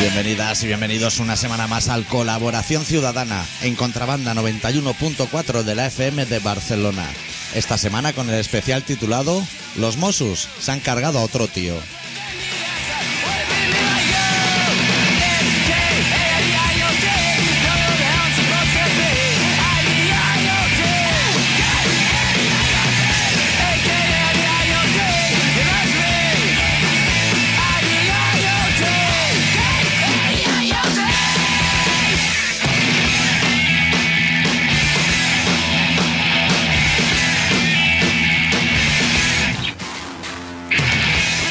Bienvenidas y bienvenidos una semana más al Colaboración Ciudadana en Contrabanda 91.4 de la FM de Barcelona. Esta semana con el especial titulado Los Mosus se han cargado a otro tío.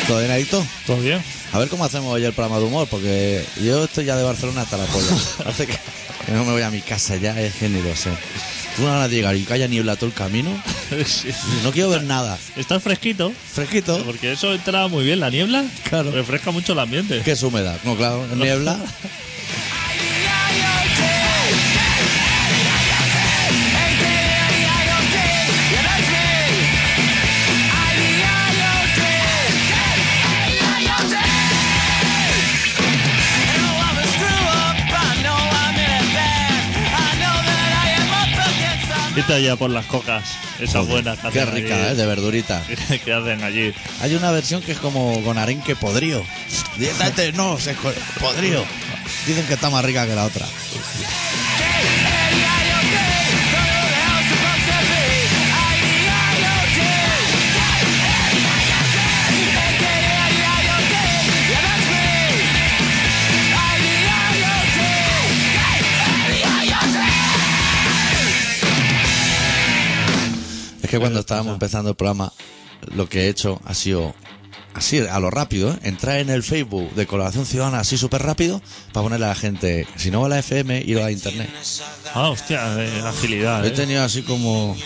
¿Todo bien, Adicto? ¿Todo bien? A ver cómo hacemos hoy el programa de humor, porque yo estoy ya de Barcelona hasta la polla. Hace que, que no me voy a mi casa ya, es que ni lo sé. Tú no ganas de llegar y que haya niebla todo el camino. Sí. No quiero ver nada. Está fresquito, Fresquito. porque eso entra muy bien, la niebla. Claro. Refresca mucho el ambiente. ¿Qué es humedad? No, claro, niebla. Vete allá por las cocas, esas buenas que Qué hacen rica, ¿eh? allí. De verdurita. que hacen allí. Hay una versión que es como con arenque podrío. Dietate, no, se co- podrío. Dicen que está más rica que la otra. Es que cuando estábamos empezando el programa, lo que he hecho ha sido así, a lo rápido, ¿eh? entrar en el Facebook de Colaboración Ciudadana así súper rápido para ponerle a la gente, si no va a la FM, ir a la internet. Ah, hostia, eh, agilidad. He eh. tenido así como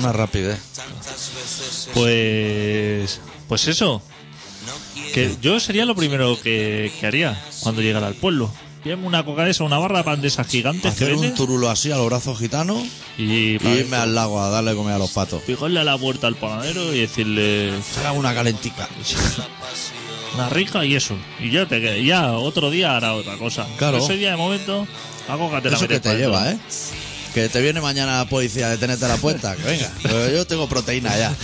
una rapidez. Pues. Pues eso. Que yo sería lo primero que, que haría cuando llegara al pueblo. Pillarme una coca de esa, una barra de pan de esas gigantes que Hacer un venden turulo así a los brazos gitanos y, y irme al lago a darle comida a los patos. fijarle a la puerta al panadero y decirle Hagan una calentica. una rica y eso. Y ya te quedas. Ya otro día hará otra cosa. Claro. Ese día de momento, la coca te la Eso que metes te pa' dentro. lleva, ¿eh? Que te viene mañana la policía a detenerte a la puerta. Que venga, pero yo tengo proteína ya.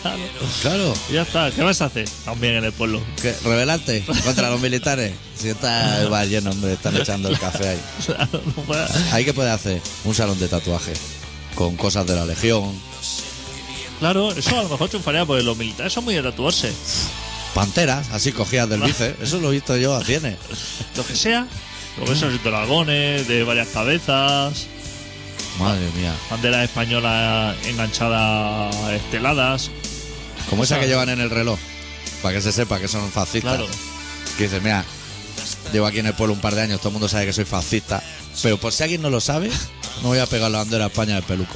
claro. Claro. Ya está. ¿Qué vas a hacer también en el pueblo? que Revelarte contra los militares. Si está el bar lleno, hombre, están echando el café ahí. Claro, no puedes- Ahí que puede hacer un salón de tatuaje con cosas de la legión, Claro, eso a lo mejor triunfaría porque los militares son muy de tatuarse. panteras, así cogidas del bíceps. Eso lo he visto yo a cienes. lo que sea. Lo que Mm. son dragones, de varias cabezas, Madre mía. banderas españolas enganchadas a esteladas. Como esa que llevan en el reloj, para que se sepa que son fascistas. Claro. Que dices, mira, llevo aquí en el pueblo un par de años, todo el mundo sabe que soy fascista, pero por si alguien no lo sabe, no voy a pegar la bandera a España del peluco.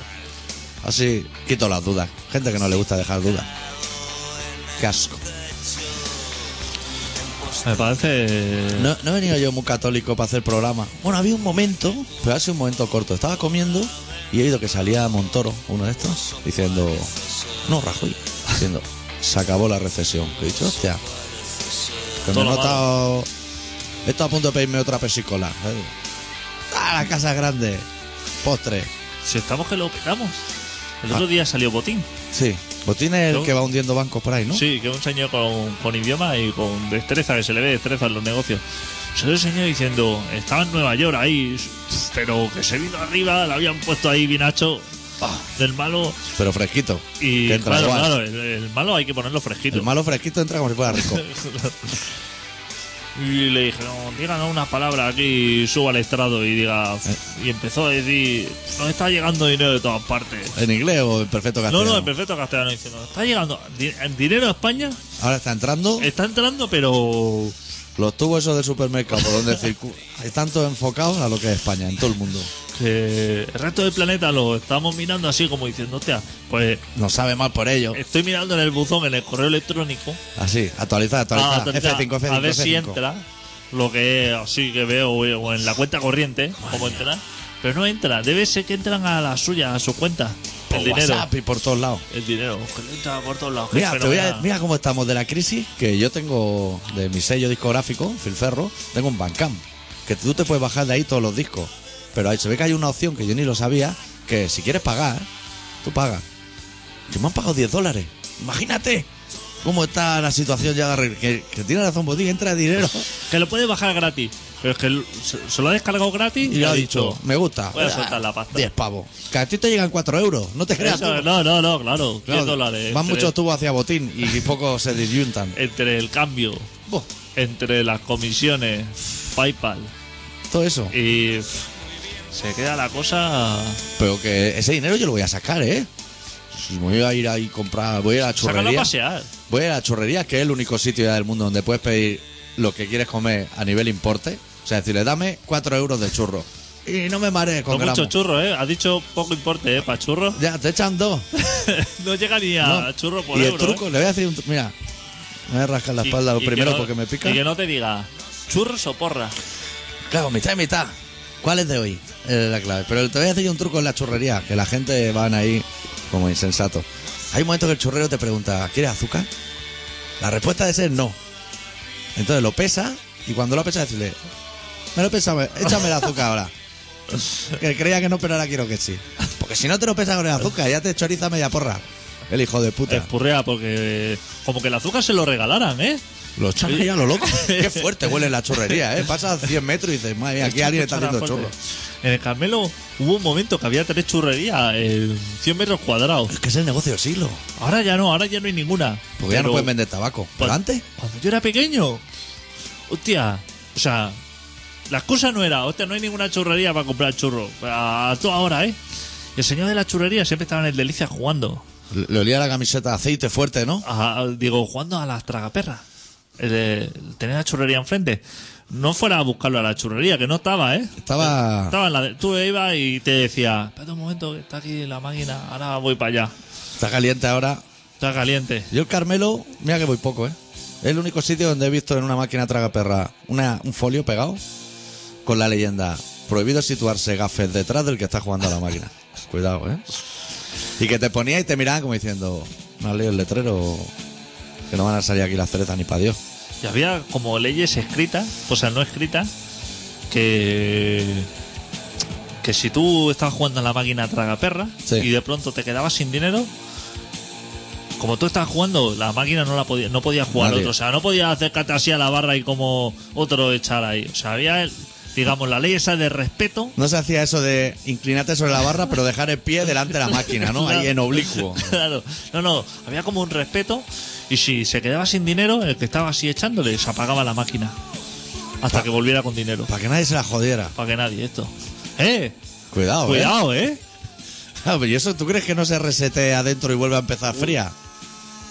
Así quito las dudas. Gente que no le gusta dejar dudas. Qué asco. Me parece. No, no he venido yo muy católico para hacer programa. Bueno, había un momento, pero ha sido un momento corto. Estaba comiendo y he oído que salía Montoro, uno de estos, diciendo, no, Rajoy, diciendo, se acabó la recesión. Que he dicho, hostia, que me he Todo lo notado... He estado a punto de pedirme otra pesicola. ¿sabes? Ah, la casa grande. Postre. Si estamos que lo petamos. El Ah. otro día salió Botín. Sí. Botín es el ¿No? que va hundiendo bancos por ahí, ¿no? Sí, que es un señor con, con idioma y con destreza, que se le ve destreza en los negocios. Se ve el señor diciendo, estaba en Nueva York ahí, pero que se vino arriba, le habían puesto ahí vinacho del malo. Ah, Pero fresquito. Y que entra claro, igual. claro, el, el malo hay que ponerlo fresquito. El malo fresquito entra como si fuera rico. Y le dijeron, díganos unas palabras aquí, suba al estrado y diga. Eh. Y empezó a decir, nos está llegando dinero de todas partes. ¿En inglés o en perfecto No, castellano? no, en perfecto castellano dice, nos está llegando di- dinero a España, Ahora está entrando. está entrando, pero. Los tubos esos del supermercado por donde circulan están todos enfocados a lo que es España, en todo el mundo. que el resto del planeta lo estamos mirando así, como diciendo, hostia, pues No sabe mal por ello. estoy mirando en el buzón, en el correo electrónico, Así, actualizar, a, actualizar. actualizar, F5, F5, a ver si F5. entra lo que es así que veo o en la cuenta corriente, como entra. Pero no entra, debe ser que entran a la suya, a su cuenta. por El dinero. WhatsApp y por todos lados. El dinero. Coleta por todos lados. Mira, Qué te voy a- fenomenal. mira cómo estamos de la crisis, que yo tengo de mi sello discográfico, Filferro, tengo un Bandcamp, que tú te puedes bajar de ahí todos los discos. Pero ahí se ve que hay una opción que yo ni lo sabía, que si quieres pagar, tú pagas. Que me han pagado 10 dólares. Imagínate cómo está la situación ya, que, que tiene razón Bodí, entra dinero. Que lo puedes bajar gratis. Pero es que el- se, se lo ha descargado gratis Y le ha dicho, me gusta. Voy a soltar la pasta. 10 pavos. Que a ti te llegan 4 euros, no te creas. Eso, tú. no, no, no, claro. 10 Claro, dólares. Van entre- muchos tubos hacia botín y pocos se disyuntan. Entre el cambio, Buah, entre las comisiones, PayPal todo eso. y. pff, Se queda la cosa. Pero que ese dinero yo lo voy a sacar, ¿eh? Si me voy a ir ahí a comprar, voy a ir a la Sácalo a churrería. pasear. Voy a la churrería, que es el único sitio ya del mundo donde puedes pedir lo que quieres comer a nivel importe. O sea, decirle, dame 4 euros de churro. Y no me marees con Con mucho gramos. churro, ¿eh? Has dicho poco importe, ¿eh? Para churro. Ya, te echan dos. no llega ni a ¿no? Ah, churro por y euro. el truco, ¿eh? le voy a decir un tru- Mira, me voy a rascar la Y- espalda lo y que primero no- porque me pica. Y que no te diga churros o porra. Claro, mitad y mitad. ¿Cuál es de hoy? Es la clave. Pero te voy a decir un truco en la churrería, que la gente van ahí como insensato. Hay momentos que el churrero te pregunta, ¿quieres azúcar? La respuesta debe ser no. Entonces lo pesa y cuando lo pesa decirle, me lo pesaba, échame el azúcar ahora. Que creía que no, pero ahora quiero que sí. Porque si no te lo pesa con el azúcar, ya te choriza media porra. El hijo de puta. Espurrea, porque. Como que el azúcar se lo regalaran, ¿eh? Lo echan ahí a lo loco. Qué fuerte huele la churrería, ¿eh? Pasas 100 metros y dices, madre mía, aquí alguien está haciendo Este Fuerte. churros. En el Carmelo hubo un momento que había tres churrerías en 100 metros cuadrados. Es que es el negocio del siglo. Ahora ya no, ahora ya no hay ninguna. Porque ya no Pero pueden vender tabaco. Pero cuan- antes, Cuando yo era pequeño. Hostia, o sea, la excusa no era, hostia, no hay ninguna churrería para comprar churros. A toda hora, ¿eh? Y el señor de la churrería siempre estaba en el Delicia jugando. le le olía la camiseta de aceite fuerte, ¿no? a- digo, jugando a las tragaperras. El, de- el tener la churrería enfrente. No fuera a buscarlo a la churrería, que no estaba, ¿eh? Estaba- Estaba en la de- tú ibas y te decía, espérate un momento, que está aquí la máquina, ahora voy para allá. Está caliente ahora. Está caliente. Yo el Carmelo, mira que voy poco, ¿eh? Es el único sitio donde he visto en una máquina tragaperra una, un folio pegado con la leyenda prohibido situarse gafes detrás del que está jugando a la máquina. Cuidado, ¿eh? Y que te ponía y te miraban como diciendo, no has leído el letrero que no van a salir aquí las cerezas ni para Dios. Y había como leyes escritas, cosas no escritas, que. que si tú estabas jugando a la máquina tragaperra Sí. y de pronto te quedabas sin dinero. Como tú estabas jugando, la máquina no la podía, no podía jugar Nadie. otro. O sea, no podía acercarte así a la barra y como otro echar ahí. O sea, había, el- digamos, la ley esa de respeto. No se hacía eso de inclinarte sobre la barra pero dejar el pie delante de la máquina, ¿no? Ahí en oblicuo. Claro, no, no, había como un respeto y si se quedaba sin dinero, el que estaba así echándole se apagaba la máquina hasta Pa- que volviera con dinero. Para que nadie se la jodiera. Para que nadie esto. ¡Eh! Cuidado, ¿eh? Cuidado, ¿eh? Ah, pero ¿y eso tú crees que no se resete adentro y vuelve a empezar fría?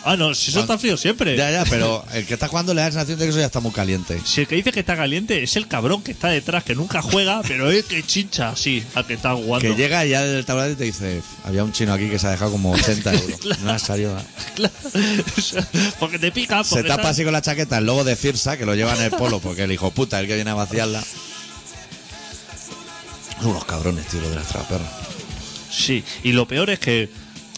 Ah, no, si eso Cuando- está frío siempre. Ya, ya, pero el que está jugando le da la sensación de que eso ya está muy caliente. Si el que dice que está caliente es el cabrón que está detrás, que nunca juega, pero es que chincha así al que está jugando. Que llega y ya del tablado y te dice, había un chino aquí que se ha dejado como 80 euros. No ha salido nada. Claro. porque te pica, porque Se tapa tal. así con la chaqueta el logo de Cirsa, que lo lleva en el polo, porque el hijo puta es el que viene a vaciarla. Son unos cabrones, tío, lo de las traperras. Sí, y lo peor es que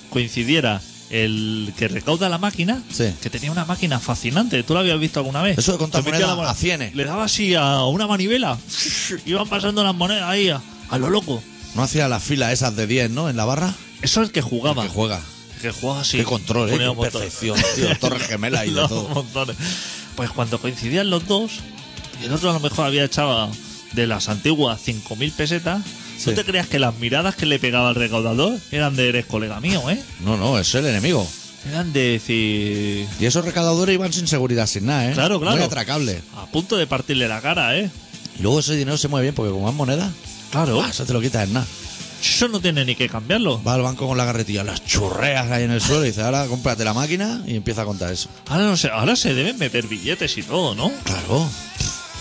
coincidiera el que recauda la máquina, Sí. que tenía una máquina fascinante. ¿Tú la habías visto alguna vez? Eso de contar Se metía monedas la mano- a cienes. Le daba así a una manivela. Iban pasando las monedas ahí a, a lo loco. No hacía las filas esas de 10, ¿no? En la barra. Eso es el que jugaba. Que juega. El que jugaba así. Qué control, ¿eh? Ponía Qué un montón. perfección, tío. Torres gemelas y de Los todo. montones. Pues cuando coincidían los dos, y el otro a lo mejor había echado de las antiguas 5.000 pesetas, Sí. ¿tú te creas que las miradas que le pegaba el recaudador eran de eres colega mío, eh? No, no, es el enemigo. Eran de decir. Y esos recaudadores iban sin seguridad, sin nada, ¿eh? Claro, claro. Muy atracable. A punto de partirle la cara, ¿eh? Y luego ese dinero se mueve bien porque como es moneda, Claro. ah, eso te lo quitas en nada. Eso no tiene ni que cambiarlo. Va al banco con la carretilla, las churreas ahí en el suelo y dice, ahora cómprate la máquina y empieza a contar eso. Ahora no sé, ahora se deben meter billetes y todo, ¿no? Claro.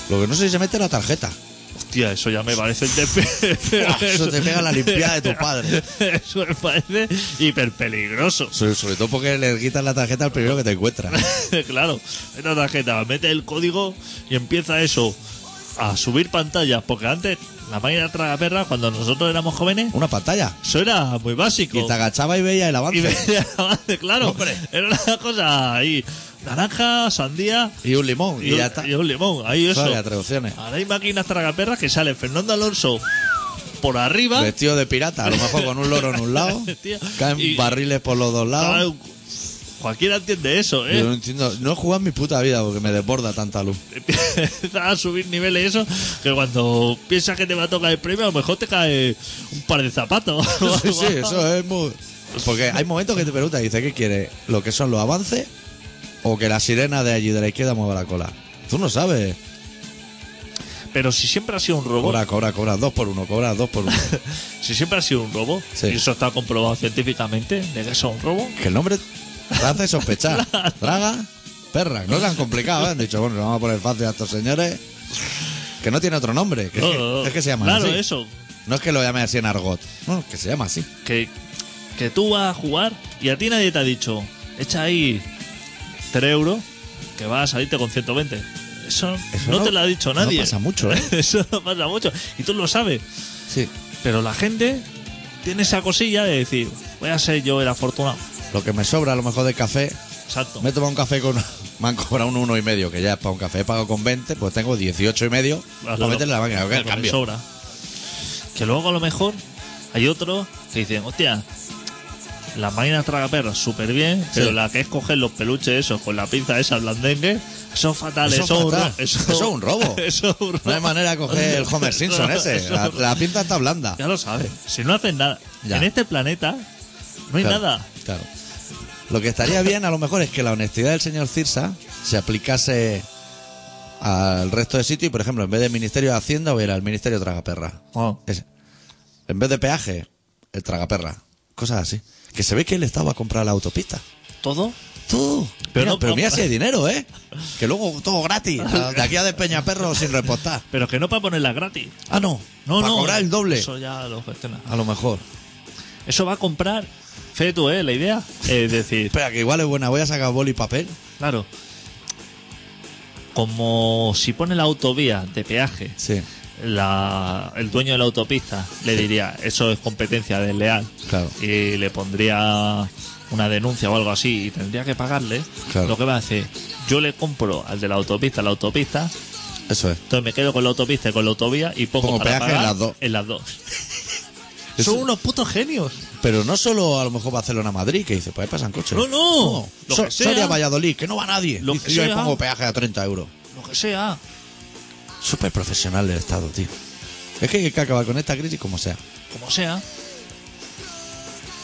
Lo que no sé si se mete la tarjeta. Hostia, eso ya me parece el despe- Buah, eso te pega la limpiada de tu padre. Eso me parece hiper peligroso. Sobre, sobre todo porque le quitas la tarjeta al primero que te encuentra. claro, mete la tarjeta, mete el código y empieza eso a subir pantallas, porque antes la máquina tragaperra, cuando nosotros éramos jóvenes, Una pantalla. eso era muy básico. Y te agachabas y veías el Y avance. veía el avance, claro. Hombre. Era una cosa ahí. Naranja, sandía Y un limón. Y, un- ya está. y un limón. Ahí eso. Solo las traducciones. Ahora hay máquinas tragaperras que sale Fernando Alonso por arriba. Vestido de pirata, a lo mejor con un loro en un lado. ¿Ah? Tío, caen y- barriles por los dos Ah, lados. Cualquiera entiende eso, Yo no ¿eh? entiendo. No he jugado en mi puta vida porque me desborda tanta luz. Empieza a subir niveles eso, que cuando piensas que te va a tocar el premio, a lo mejor te cae un par de zapatos. Sí, sí, eso es muy. Porque hay momentos que te preguntas, dice, ¿qué quiere? ¿Lo que son los avances o que la sirena de allí de la izquierda mueva la cola? Tú no sabes. Pero si siempre ha sido un robot, Cobra, cobra, cobra, dos por uno, cobra, dos por uno. si siempre ha sido un robot, Sí. y eso está comprobado científicamente, de que eso es un robo, Que el nombre te hace sospechar. Draga, perra. No es tan complicado, ¿eh? Han dicho, bueno, le vamos a poner fácil a estos señores. Que no tiene otro nombre. Que es, que, No, no, es que se llama Claro, así. eso. No es que lo llame así en argot. No, que se llama así. Que, que tú vas a jugar y a ti nadie te ha dicho, echa ahí 3 euros que vas a salirte con 120. Eso, Eso no, no- te lo ha dicho no nadie. pasa mucho, ¿eh? Eso no pasa mucho. Y tú lo sabes. Sí. Pero la gente tiene esa cosilla de decir, voy a ser yo el afortunado. Lo que me sobra a lo mejor de café Exacto. Me he tomado un café con. Me han cobrado un uno y medio, que ya es para un café. He pagado con 20, pues tengo 18 y medio Claro, para meterle la máquina. Que lo el que me cambio. sobra. Que luego a lo mejor hay otros que dicen, hostia, las máquinas tragaperras súper bien, pero la que es coger los peluches esos con la pinza esa blandengue, eso es fatal, Eso eso, es es un fatal. ro- Eso es un robo. eso es un No hay robo. manera de coger el Homer Simpson ese. Eso- La, la pinta está blanda. Ya lo sabes, si no hacen nada. Ya. En este planeta no hay Claro, nada. Claro. Lo que estaría bien, a lo mejor, es que la honestidad del señor Cirsa se aplicase al resto de sitios. Y, por ejemplo, en vez del Ministerio de Hacienda, hubiera el Ministerio Tragaperra. Oh, Ese. En vez de peaje, el Tragaperra. Cosas así. Que se ve que él estaba a comprar la autopista. Todo Tú. Pero, Pero mira, no- pero no- mira si hay dinero, ¿eh? Que luego todo gratis. De aquí a de Peñaperro sin repostar. Pero que no para ponerla gratis. Ah, no. No, Para no. cobrar el doble. Eso ya lo gestiona. A lo mejor. Eso va a comprar. Fede tú, ¿eh? La idea. Es decir, Espera, que igual es buena. Voy a sacar boli y papel. claro. Como si pone la autovía de peaje, Sí, la- el dueño de la autopista le diría, eso es competencia desleal. Claro. Y le pondría una denuncia o algo así y tendría que pagarle. Claro. Lo que va a hacer, yo le compro al de la autopista la autopista, eso es. entonces me quedo con la autopista y con la autovía y pongo Pongo para peaje en pagar las dos. En las dos. Eso- Son unos putos genios. Pero no solo a lo mejor Barcelona-Madrid, que dice, pues ahí pasan coches. No, no. Lo So- que sea. Soria-Valladolid, que no va nadie. Lo Dice, que yo ahí sea. pongo peaje a 30 euros. Lo que sea. Súper profesional del Estado, tío. Es que hay que acabar con esta crisis como sea. como sea.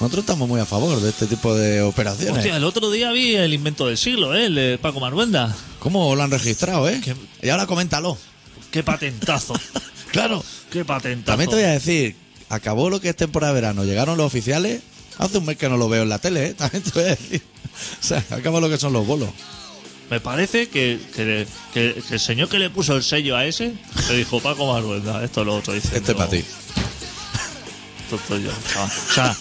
Nosotros estamos muy a favor de este tipo de operaciones. Hostia, el otro día vi el invento del siglo, ¿eh? el de Paco Maruenda. ¿Cómo lo han registrado, eh? Que- Y ahora coméntalo. Qué patentazo. Claro. Qué patentazo. También te voy a decir, acabó lo que es temporada de verano, llegaron los oficiales. Hace un mes que no lo veo en la tele, ¿eh? También te voy a decir. O sea, acabó lo que son los bolos. Me parece que, que- que- que el señor que le puso el sello a ese le dijo Paco Maruenda, esto es lo otro. Dice, Este es no, para ti. Esto estoy yo. chaval. O sea,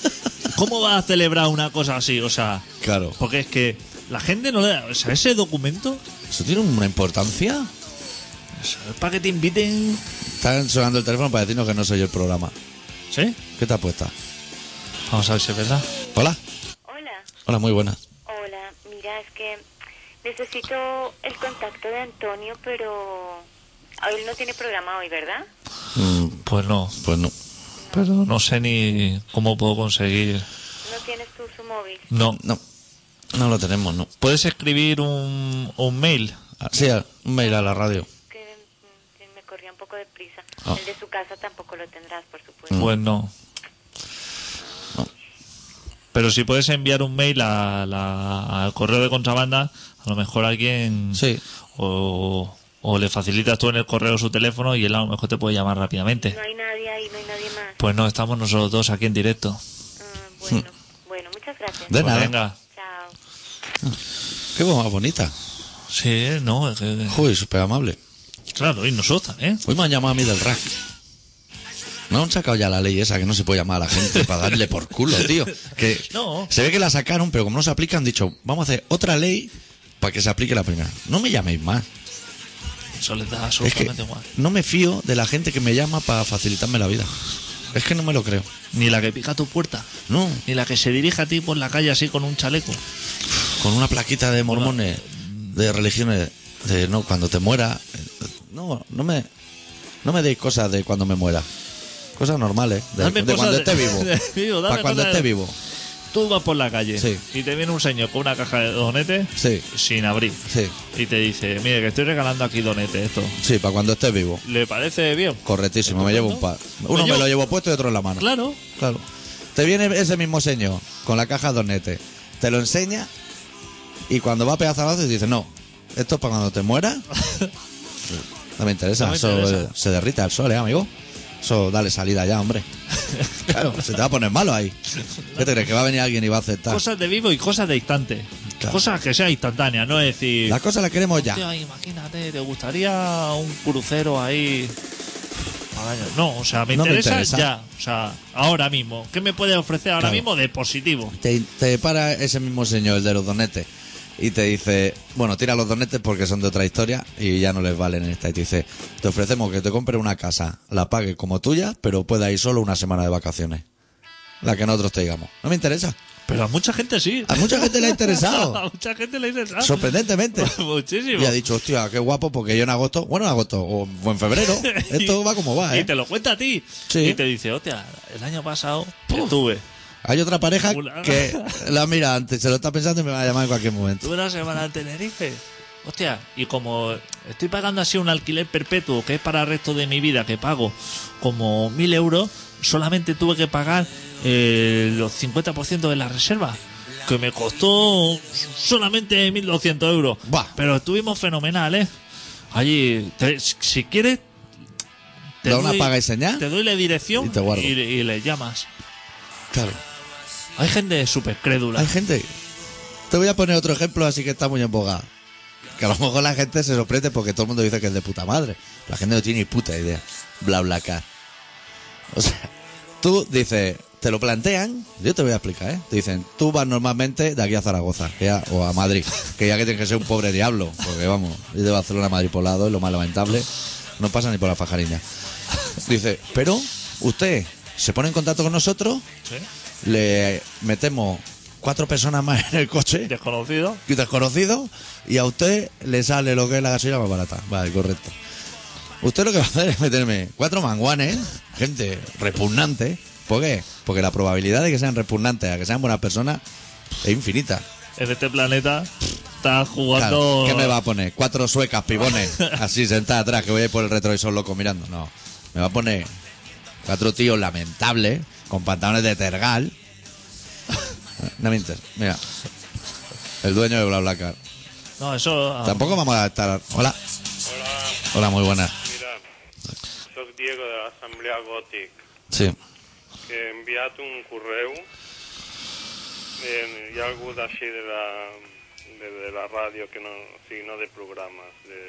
¿cómo va a celebrar una cosa así? O sea, Claro. porque es que la gente no le da. O sea, ese documento Eso tiene una importancia. o sea, es para que te inviten. Están sonando el teléfono para decirnos que no soy el programa. ¿Sí? ¿Qué te apuesta? Vamos a ver si es verdad. Hola. Hola, Hola, muy buenas. hola. Mira, es que necesito el contacto de Antonio, pero él no tiene programa hoy, ¿verdad? Mm, Pues no, pues no. pero no sé ni cómo puedo conseguir. No tienes tú su móvil. No, No. No lo tenemos, no. ¿Puedes escribir un, un mail? Ah, Sí, a- un mail a la radio. Que mm, que me corría un poco de prisa. Ah. El de su casa tampoco lo tendrás, por supuesto. Mm. Pues no. No. Pero si puedes enviar un mail a la- al correo de contrabanda, a lo mejor alguien... Sí. O, o le facilitas tú en el correo su teléfono y él a lo mejor te puede llamar Mm. rápidamente. No hay nadie ahí, no hay nadie más. Pues no, estamos nosotros dos aquí en directo. Ah, bueno, bueno, muchas gracias. Mm. De Pues nada. venga. Chao. Qué voz más bonita. Sí, no, es que- Uy, súper amable. claro, y nosotros, ¿eh? Hoy me han llamado a mí del rack. No han sacado ya la ley esa que no se puede llamar a la gente para darle por culo, tío. Que No. Se ve que la sacaron, pero como no se aplica, han dicho, vamos a hacer otra ley para que se aplique la primera. No me llaméis más. Eso les da Es que absolutamente igual. no me fío de la gente que me llama para facilitarme la vida. Es que no me lo creo. Ni la que pica tu puerta. No, Ni la que se dirige a ti por la calle así con un chaleco. con una plaquita de mormones, de religiones, de no, cuando te muera. eh, No, no me, no me deis cosas de cuando me muera. Cosas normales, de, Dame de cosas cuando de- esté vivo. de vivo, dame para cuando cosas esté de- vivo. Tú vas por la calle Sí. y te viene un señor con una caja de donetes Sí. sin abrir. Sí, Y te dice, mire, que estoy regalando aquí donetes esto. sí, para cuando esté vivo. ¿Le parece bien? Correctísimo, me llevo un par. Me Uno me llevo- lo llevo puesto y otro en la mano. Claro. Claro. Te viene ese mismo señor con la caja de donete, te lo enseña y cuando va a pedazabazo dice, no, esto es para cuando te mueras. No me interesa, No me eso interesa. eh, se derrita el sol, ¿eh, amigo? Eso dale salida ya, hombre. Claro, se te va a poner malo ahí. ¿Qué te crees? Que va a venir alguien y va a aceptar. Cosas de vivo y cosas de instante. Claro. Cosas que sean instantáneas, no es decir... Las cosas las queremos ya. Hostia, imagínate, ¿te gustaría un crucero ahí? al año? No, o sea, me No me interesa, interesa. ya, o sea, ahora mismo. ¿Qué me puede ofrecer ahora Claro. mismo de positivo? Te, te para ese mismo señor, el de los donetes, y te dice, bueno, tira los donetes porque son de otra historia y ya no les valen en esta. Y te dice, te ofrecemos que te compre una casa, la pague como tuya, pero pueda ir solo una semana de vacaciones. La que nosotros te digamos. No me interesa. Pero a mucha gente sí. A mucha gente le ha interesado. a mucha gente le interesa. Sorprendentemente. Muchísimo. Y ha dicho, hostia, qué guapo, porque yo en agosto, bueno, en agosto o o en febrero, esto va como va, Y ¿eh? te lo cuenta a ti. Sí. Y te dice, hostia, el año pasado estuve. Hay otra pareja Fulana. que la mira antes, se lo está pensando y me va a llamar en cualquier momento. Estuve una semana en Tenerife. Hostia, y como estoy pagando así un alquiler perpetuo, que es para el resto de mi vida, que pago como mil euros, solamente tuve que pagar eh, los 50% de la reserva, que me costó solamente 1.200 euros. Buah. Pero estuvimos fenomenales. Allí, te- si quieres, Da una paga y señal. te doy la dirección y te guardo. y le llamas. Claro. Hay gente súper crédula. Hay gente. Te voy a poner otro ejemplo, así que está muy en boga. Que a lo mejor la gente se sorprende porque todo el mundo dice que es de puta madre. La gente no tiene ni puta idea. Bla bla car. O sea, tú dices, te lo plantean, yo te voy a explicar, ¿eh? Te dicen, tú vas normalmente de aquí a Zaragoza que ya- o a Madrid, que ya que tienes que ser un pobre diablo, porque vamos, ir de Barcelona a Madrid por lado es lo más lamentable, no pasa ni por la fajarina. Dice, pero usted se pone en contacto con nosotros Sí. le metemos cuatro personas más en el coche, Desconocido. y desconocido, y a usted le sale lo que es la gasolina más barata. Vale, correcto. Usted lo que va a hacer es meterme cuatro manguanes, gente repugnante. ¿Por qué? Porque la probabilidad de que sean repugnantes, a que sean buenas personas, es infinita. en este planeta está Claro, jugando. ¿Qué me va a poner? Cuatro suecas, pibones, así sentadas atrás, que voy a ir por el retrovisor loco mirando. No, me va a poner cuatro tíos lamentables, con pantalones de tergal. No me interesa. Mira, el dueño de BlaBlaCar. No, eso. ah, Tampoco vamos a estar... Hola, Hola, hola, muy buenas. mira, soy Diego de la Asamblea Gothic, Sí, que enviat un correu eh, hi ha algú d'així de la, de, de la ràdio que no, o sigui, no de programes de,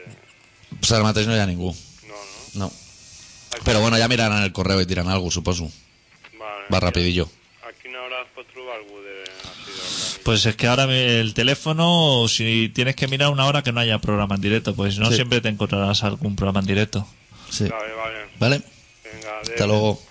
pues ahora mateix no hi ha ningú. no, no? No. Pero bueno, ya mirarán el correo y tiran algo, suposo. Vale, Va rapidillo. A quina hora es pot trobar algú de, així de la Pues es que ahora me- el teléfono, si tienes que mirar una hora que no haya programa en directo, pues si no Sí. siempre te encontrarás algún programa en directo. Sí. Vale, vale, ¿Vale? vinga, adéu. Hasta luego.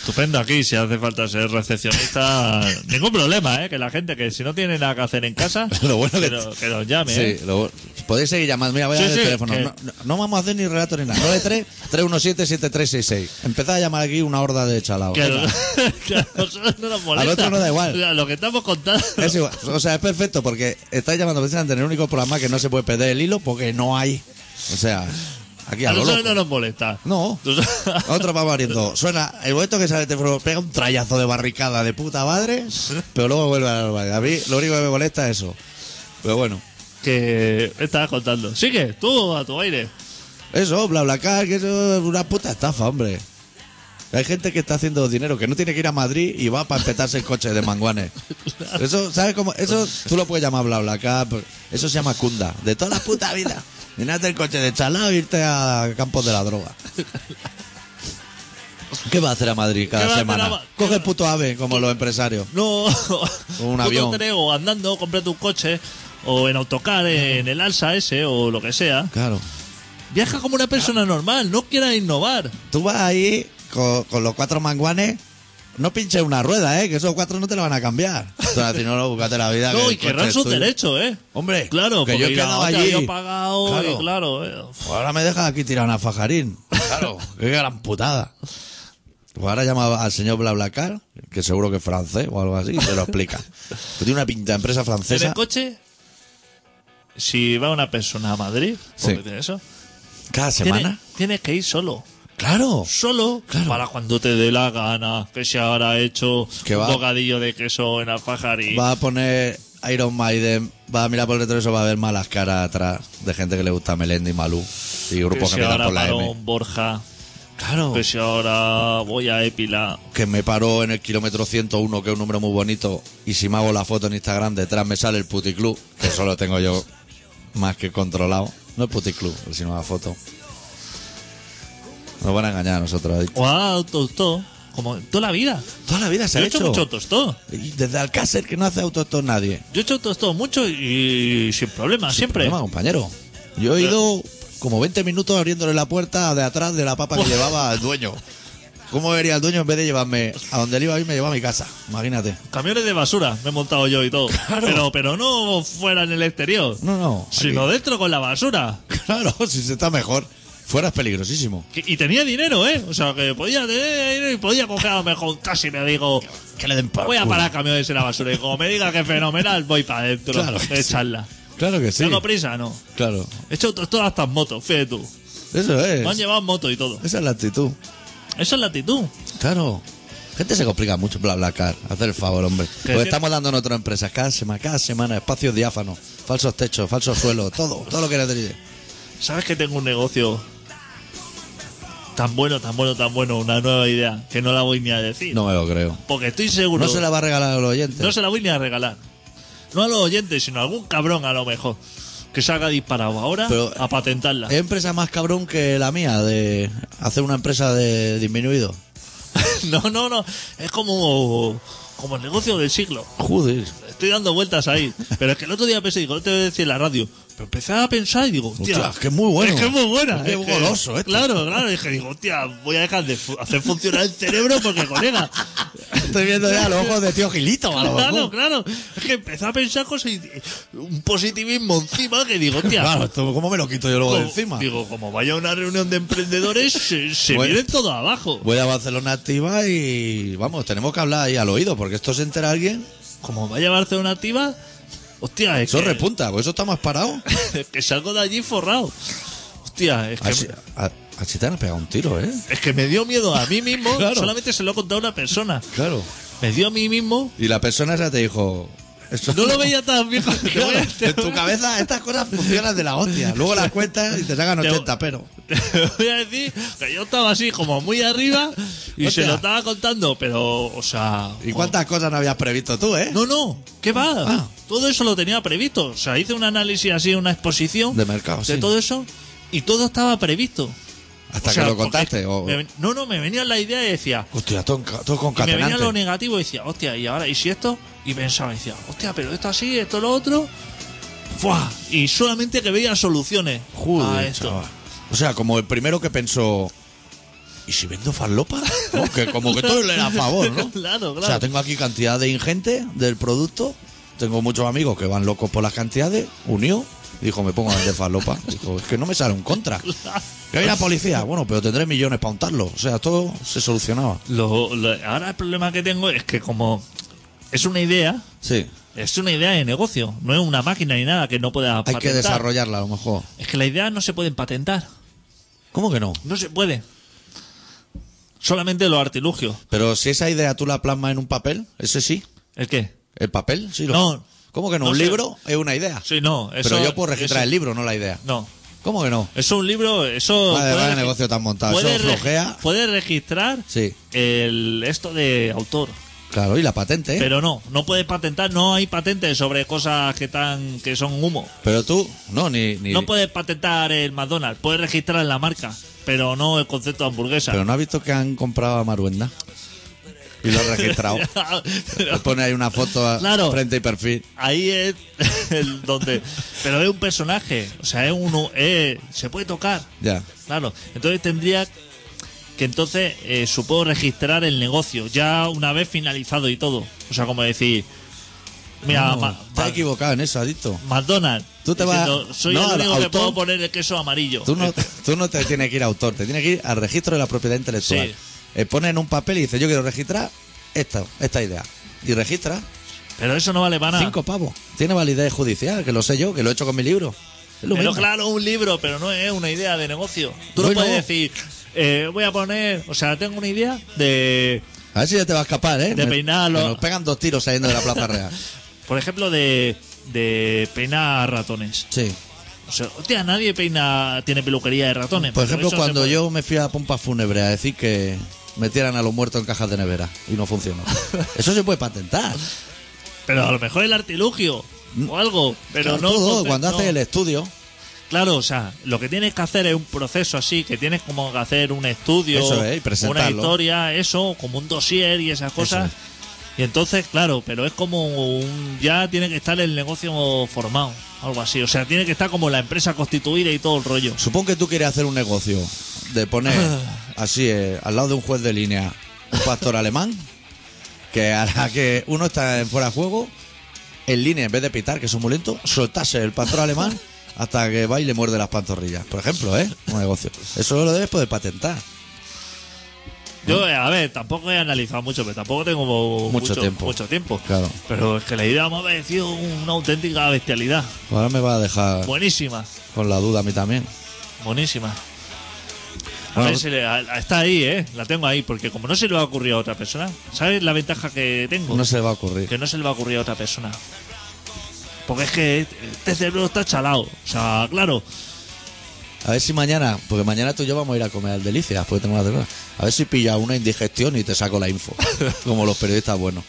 Estupendo aquí, si hace falta ser recepcionista, ningún problema, ¿eh? Que la gente que si no tiene nada que hacer en casa, Lo bueno que- nos- nos llame, ¿eh? Sí, lo- podéis seguir llamando. Mira, voy a Sí, dar el sí, teléfono. que- No, no- no vamos a hacer ni relato ni nada. 93-317-7366. Empezad a llamar aquí una horda de chalaos. Que, Venga. que a nosotros no nos molesta. otro no da igual. O sea, Lo que estamos contando. Es igual. O sea, es perfecto porque estáis llamando precisamente en el único programa que no se puede perder el hilo porque no hay. O sea, aquí A a lo nosotros no loco. nos molesta. No. Nosotros- Otro vamos abriendo. Suena el momento que sale el teléfono, pega un trayazo de barricada de puta madre, pero luego vuelve a la normalidad. A mí lo único que me molesta es eso. Pero bueno. que estabas contando. Sigue, tú a tu aire. Eso, bla bla car, que eso es una puta estafa, hombre. Hay gente que está haciendo dinero, que no tiene que ir a Madrid y va para empetarse el coche de manguanes. Eso, ¿sabes cómo? Eso tú lo puedes llamar bla bla car, pero eso se llama cunda, de toda la puta vida. Llenarte el coche de chalao e irte a campos de la droga. ¿Qué va a hacer a Madrid ¿Qué va cada a semana? hacer a Ma- Coge el puto ave, como los empresarios. No, O un Tú avión. te crees, o eh, andando, comprate un coche, o en autocar, en el alza ese, o lo que sea. Claro. Viaja como una persona normal, no quiera innovar. Tú vas ahí con, con los cuatro manguanes. No pinches una rueda, ¿eh? Que esos cuatro no te la van a cambiar. Entonces, si no, no, búscate la vida. No, que el y coche querrán es sus tuyo. derechos, ¿eh? Hombre, Claro, que porque yo he la quedado olla allí. yo he pagado, Claro. y claro, eh, uf, Pues ahora me dejas aquí tirado una fajarín. Claro, qué gran putada. Pues ahora llama al señor BlaBlaCar, que seguro que es francés o algo así, y te lo explica. Pero tiene una pinta de empresa En francesa. el coche, si va una persona a Madrid, porque Sí. tiene eso, Cada tiene- semana. tienes que ir solo. Claro. Solo para cuando te dé la gana, que se habrá hecho Que un va. bocadillo de queso en alfajarí. Va a poner Iron Maiden, va a mirar por el retrovisor, va a ver malas caras atrás de gente que le gusta Melendi y Malú. Y que grupos que, si me dan ahora por la para M. un Borja, Claro. que si ahora voy a Epila. que me paró en el kilómetro 101, que es un número muy bonito, y si me hago la foto en Instagram, detrás me sale el puticlub, que eso lo tengo yo más que controlado. No el puticlub, sino la foto. Nos van a engañar a nosotros. ¿eh? ahí. O a autostop, como toda la vida. Toda la vida se Yo ha he hecho, hecho. mucho autostop. Y Desde Alcácer, que no hace autostop nadie. Yo he hecho autostop mucho y sin problemas, siempre. Problema, compañero. Yo he ido como 20 minutos abriéndole la puerta de atrás de la papa que llevaba al dueño. ¿Cómo vería el dueño en vez de llevarme a donde él iba a ir, me llevaba a mi casa? Imagínate. Camiones de basura me he montado yo y todo. Pero, pero no fuera en el exterior. No, no. Sino dentro con la basura. Claro, si se está mejor. Fuera es peligrosísimo. Que- Y tenía dinero, ¿eh? O sea, que podía tener dinero y podía coger a lo mejor casi me digo, Que le den por voy a culo. parar camiones en la basura. Y como me diga que fenomenal, voy para adentro Claro que de sí. echarla. Claro que sí. ¿Tengo prisa? No. Claro. He hecho to- todas estas motos, fíjate tú. Eso Me han es. llevado en moto y todo. Esa es la actitud. Esa es la actitud. Claro. Gente se complica mucho bla bla car. Hacer el favor, hombre. Porque sí. estamos dando en otras empresas cada semana, cada semana, espacios diáfanos, falsos techos, falsos suelos, todo, todo lo que necesites. ¿Sabes que tengo un negocio tan bueno, tan bueno, tan bueno? Una nueva idea que no la voy ni a decir. No me lo creo. Porque estoy seguro. No se la va a regalar al oyente. No se la voy ni a regalar. No a los oyentes, sino a algún cabrón a lo mejor. Que salga disparado ahora Pero- eh, a patentarla. Es empresa más cabrón que la mía de hacer una empresa de disminuido. No, no, no. Es como, como el negocio del siglo. Joder. Estoy dando vueltas ahí. Pero es que el otro día pensé, digo, no te voy a decir en la radio. Pero empecé a pensar y digo, hostia, Hostia, es que es muy bueno. Es que es muy buena. Es es que- goloso esto. Claro, claro. Dije, digo, hostia, voy a dejar de fu- hacer funcionar el cerebro porque, colega. Estoy viendo ya los ojos de tío Gilito, a lo Claro, mejor. claro. Es que empecé a pensar cosas y un positivismo encima que digo, hostia. pues, Claro, esto, ¿cómo me lo quito yo luego de como- encima? Pues- Digo, como vaya a una reunión de emprendedores, se, se Bueno. viene todo abajo. Voy a Barcelona activa y vamos, tenemos que hablar ahí al oído, porque esto se entera alguien, Como vaya a Barcelona activa, hostia, es eso que, repunta, porque eso está más parado. es que salgo de allí forrado. Hostia, es que, Así, a- así te han pegado un tiro, ¿eh? es que me dio miedo a mí mismo. Claro. Solamente se lo he contado a una persona. Claro. Me dio a mí mismo. Y la persona esa te dijo. esto No lo veía tan viejo. Te Claro, voy a- en tu cabeza estas cosas funcionan de la hostia. Luego las cuentas y te sacan Te- 80 pero. Te voy a decir que yo estaba así como muy arriba y Hostia. se lo estaba contando, pero, o sea... ¿Y como- cuántas cosas no habías previsto tú, eh? No, no, ¿qué va? Ah. Todo eso lo tenía previsto. O sea, hice un análisis así, una exposición De mercado, de sí. todo eso y todo estaba previsto. Hasta O sea, que lo porque contaste. O... me ven- no, no, me venía la idea y decía, Hostia, todo, enca- todo y me venía concatenante. lo negativo y decía, hostia, y ahora, y si esto, y pensaba, y decía, hostia, pero esto así, esto lo otro, ¡Fua! y solamente que veía soluciones a Joder, esto. chaval. O sea, como el primero que pensó. ¿Y si vendo farlopa? No, que como que todo le era a favor, ¿no? Claro, claro. O sea, tengo aquí cantidad de ingente del producto. Tengo muchos amigos que van locos por las cantidades. Unió. Dijo, me pongo a vender farlopa. Dijo, es que no me sale un contra. Que hay la policía. Bueno, pero tendré millones para untarlo. O sea, todo se solucionaba. Lo- lo- ahora el problema que tengo es que como es una idea, Sí. es una idea de negocio, no es una máquina ni nada que no pueda Hay patentar. que desarrollarla a lo mejor. Es que las ideas no se pueden patentar, ¿Cómo que no? no se puede. Solamente los artilugios. Pero si esa idea tú la plasmas en un papel, ese sí. ¿El qué? ¿El papel? Sí, lo- No. ¿Cómo que no? No un sé. libro es una idea. Sí, no. Eso, Pero yo puedo registrar eso- el libro, no la idea. No. ¿Cómo que no? Eso es un libro, eso... Vale, puede vaya regi- negocio tan montado. puede Eso regi- flojea. puede registrar Sí. el esto de autor. Claro, y la patente, ¿eh? Pero, Pero no, no puedes patentar, no hay patentes sobre cosas que tan que son humo. tú, no, ni. ni- No puedes patentar el McDonald's, puedes registrar la marca, pero no el concepto de hamburguesa. Pero no has visto que han comprado a Maruenda. y lo he registrado. Pero- Le pone ahí una foto a- Claro. frente y perfil. Ahí es el donde. Pero es un personaje. O sea, es uno. es- se puede tocar. Ya. Claro. Entonces tendría que entonces eh, supongo registrar el negocio. Ya una vez finalizado y todo. O sea, como decir. Mira, No, Ma- estás Ma- equivocado en eso, adicto. McDonald's. Tú te diciendo, vas- Soy no, el al único que autor. puedo poner el queso amarillo. Eh, Tú no, tú no te tienes que ir a autor, te tienes que ir al registro de la propiedad intelectual. Sí. Eh, pones en un papel y dices, yo quiero registrar esta, esta idea. Y registra. Pero eso no vale para nada. Cinco pavos. Tiene validez judicial, que lo sé yo, que lo he hecho con mi libro. Es lo Pero mismo. claro, un libro, pero no es una idea de negocio. Tú Bueno. no puedes decir, eh, voy a poner, o sea, tengo una idea de, A ver si ya te va a escapar, ¿eh? De Me- peinarlo. que nos pegan dos tiros saliendo de la Plaza Real. por ejemplo, de, de peinar ratones. Sí. O sea, hostia, nadie peina, tiene peluquería de ratones. Por pero ejemplo, eso no se cuando puede. yo me fui a Pompa Fúnebre a decir que metieran a los muertos en cajas de nevera y no funcionó. Eso se puede patentar. Pero a lo mejor el artilugio o algo, pero Mm. Claro, no... todo, entonces, cuando no. haces el estudio, Claro, o sea, lo que tienes que hacer es un proceso así, que tienes como que hacer un estudio, Eso es, y una presentarlo. historia, eso, como un dossier y esas cosas. Eso Y entonces, claro, pero es como un... Ya tiene que estar el negocio formado, algo así. O sea, tiene que estar como la empresa constituida y todo el rollo. supongo que tú quieres hacer un negocio de poner así eh, al lado de un juez de línea un pastor alemán que hará que uno está en fuera de juego, en línea en vez de pitar, que es un lento, soltase el pastor alemán hasta que va y le muerde las pantorrillas. Por ejemplo, ¿eh? Un negocio. Eso lo debes poder patentar. Yo, eh, a ver, tampoco he analizado mucho, pero tampoco tengo mucho, Mm. Mucho tiempo. mucho tiempo. Claro. Pero es que la idea me ha parecido una auténtica bestialidad. Ahora me va a dejar Buenísima. con la duda a mí también. Buenísima. A Bueno, ver si le- a- a- está ahí, ¿eh? La tengo ahí, porque como no se le va a ocurrir a otra persona, ¿sabes la ventaja que tengo? No se le va a ocurrir. Que no se le va a ocurrir a otra persona. Porque es que este cerebro está chalado. O sea, claro, A ver si mañana, porque mañana tú y yo vamos a ir a comer al Delicias, porque tengo una cerveza. A ver si pilla una indigestión y te saco la info. como los periodistas buenos.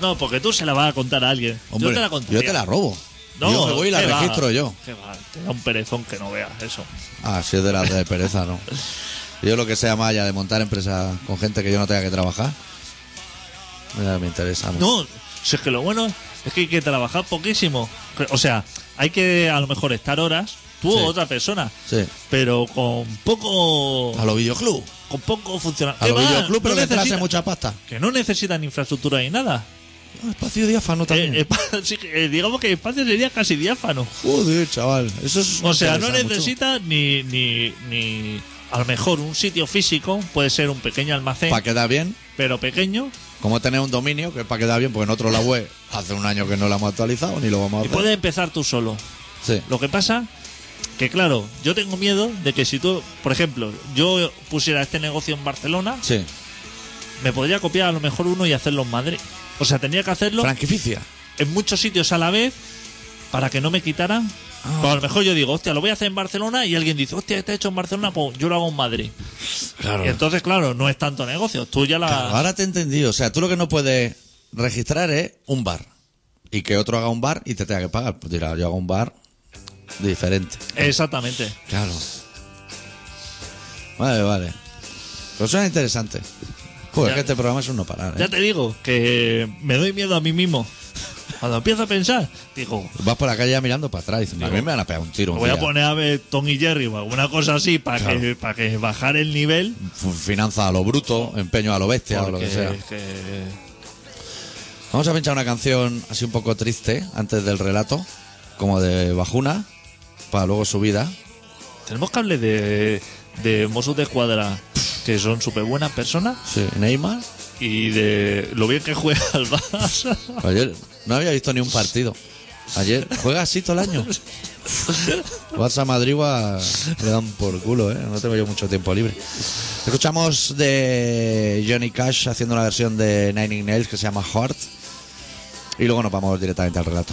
no, porque tú se la vas a contar a alguien. Hombre, yo te la contaría. yo te la robo. No, yo me voy y la ¿qué va? registro yo. ¿Qué va? Te da un perezón que no veas eso. Ah, si es de la de pereza, ¿no? Yo lo que sea más allá de montar empresas con gente que yo no tenga que trabajar. Mira, me interesa mucho. No, si es que lo bueno es que hay que trabajar poquísimo. O sea, hay que a lo mejor estar horas, tú Sí. o otra persona, Sí. pero con poco... A los videoclub. con poco funciona. A ¿Qué los va? videoclub, pero no que te hace necesitan- mucha pasta. que no necesitan infraestructura ni nada. Ah, espacio diáfano también. Eh, espa- sí que, eh, digamos que el espacio sería casi diáfano. Joder, chaval. Eso es. O sea, no interesa mucho. necesita ni, ni, ni. A lo mejor un sitio físico, puede ser un pequeño almacén, Para quedar bien. pero pequeño. Como tener un dominio, que es para quedar bien, porque nosotros la web hace un año que no la hemos actualizado, ni lo vamos a Y hacer. puedes empezar tú solo. Sí. Lo que pasa que, claro, yo tengo miedo de que si tú, por ejemplo, yo pusiera este negocio en Barcelona, Sí. me podría copiar a lo mejor uno y hacerlo en Madrid. O sea, tendría que hacerlo Franquicia. en muchos sitios a la vez para que no me quitaran. Ah. Pues a lo mejor yo digo, hostia, lo voy a hacer en Barcelona y alguien dice, hostia, está hecho en Barcelona, pues yo lo hago en Madrid. Claro. Y entonces, claro, no es tanto negocio. Tú ya la. Ahora te he entendido. O sea, tú lo que no puedes registrar es un bar. Y que otro haga un bar y te tenga que pagar. Pues dirá, yo hago un bar diferente. Exactamente. Claro. Vale, vale. Pero suena interesante. Joder, Ya. que este programa es un no parar. ¿eh? Ya te digo que me doy miedo a mí mismo. Cuando empiezo a pensar, digo, Vas por la calle ya mirando para atrás. y dices, a mí me van a pegar un tiro. me un voy a día. poner a ver Tom y Jerry o alguna cosa así para, que, para que bajar el nivel. F- Finanza a lo bruto, empeño a lo bestia o lo que porque sea. es que- Vamos a pinchar una canción así un poco triste antes del relato, como de Bajuna, para luego su vida. Tenemos que hablar de, de Mossos de Escuadra, que son súper buenas personas. Sí, Neymar. y de lo bien que juega el Barça. Ayer no había visto ni un partido. Ayer juega así todo el año. Barça Madrid va- le dan por culo, ¿eh? No tengo yo mucho tiempo libre. Escuchamos de Johnny Cash haciendo una versión de Nine Inch Nails que se llama Heart. Y luego nos vamos directamente al relato.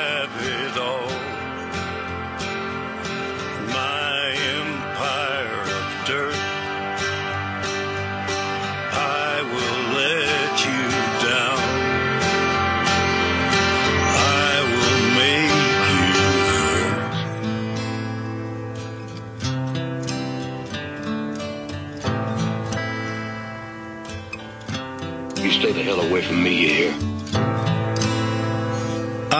it all. My empire of dirt. I will let you down. I will make you hurt. You stay the hell away from me, you hear?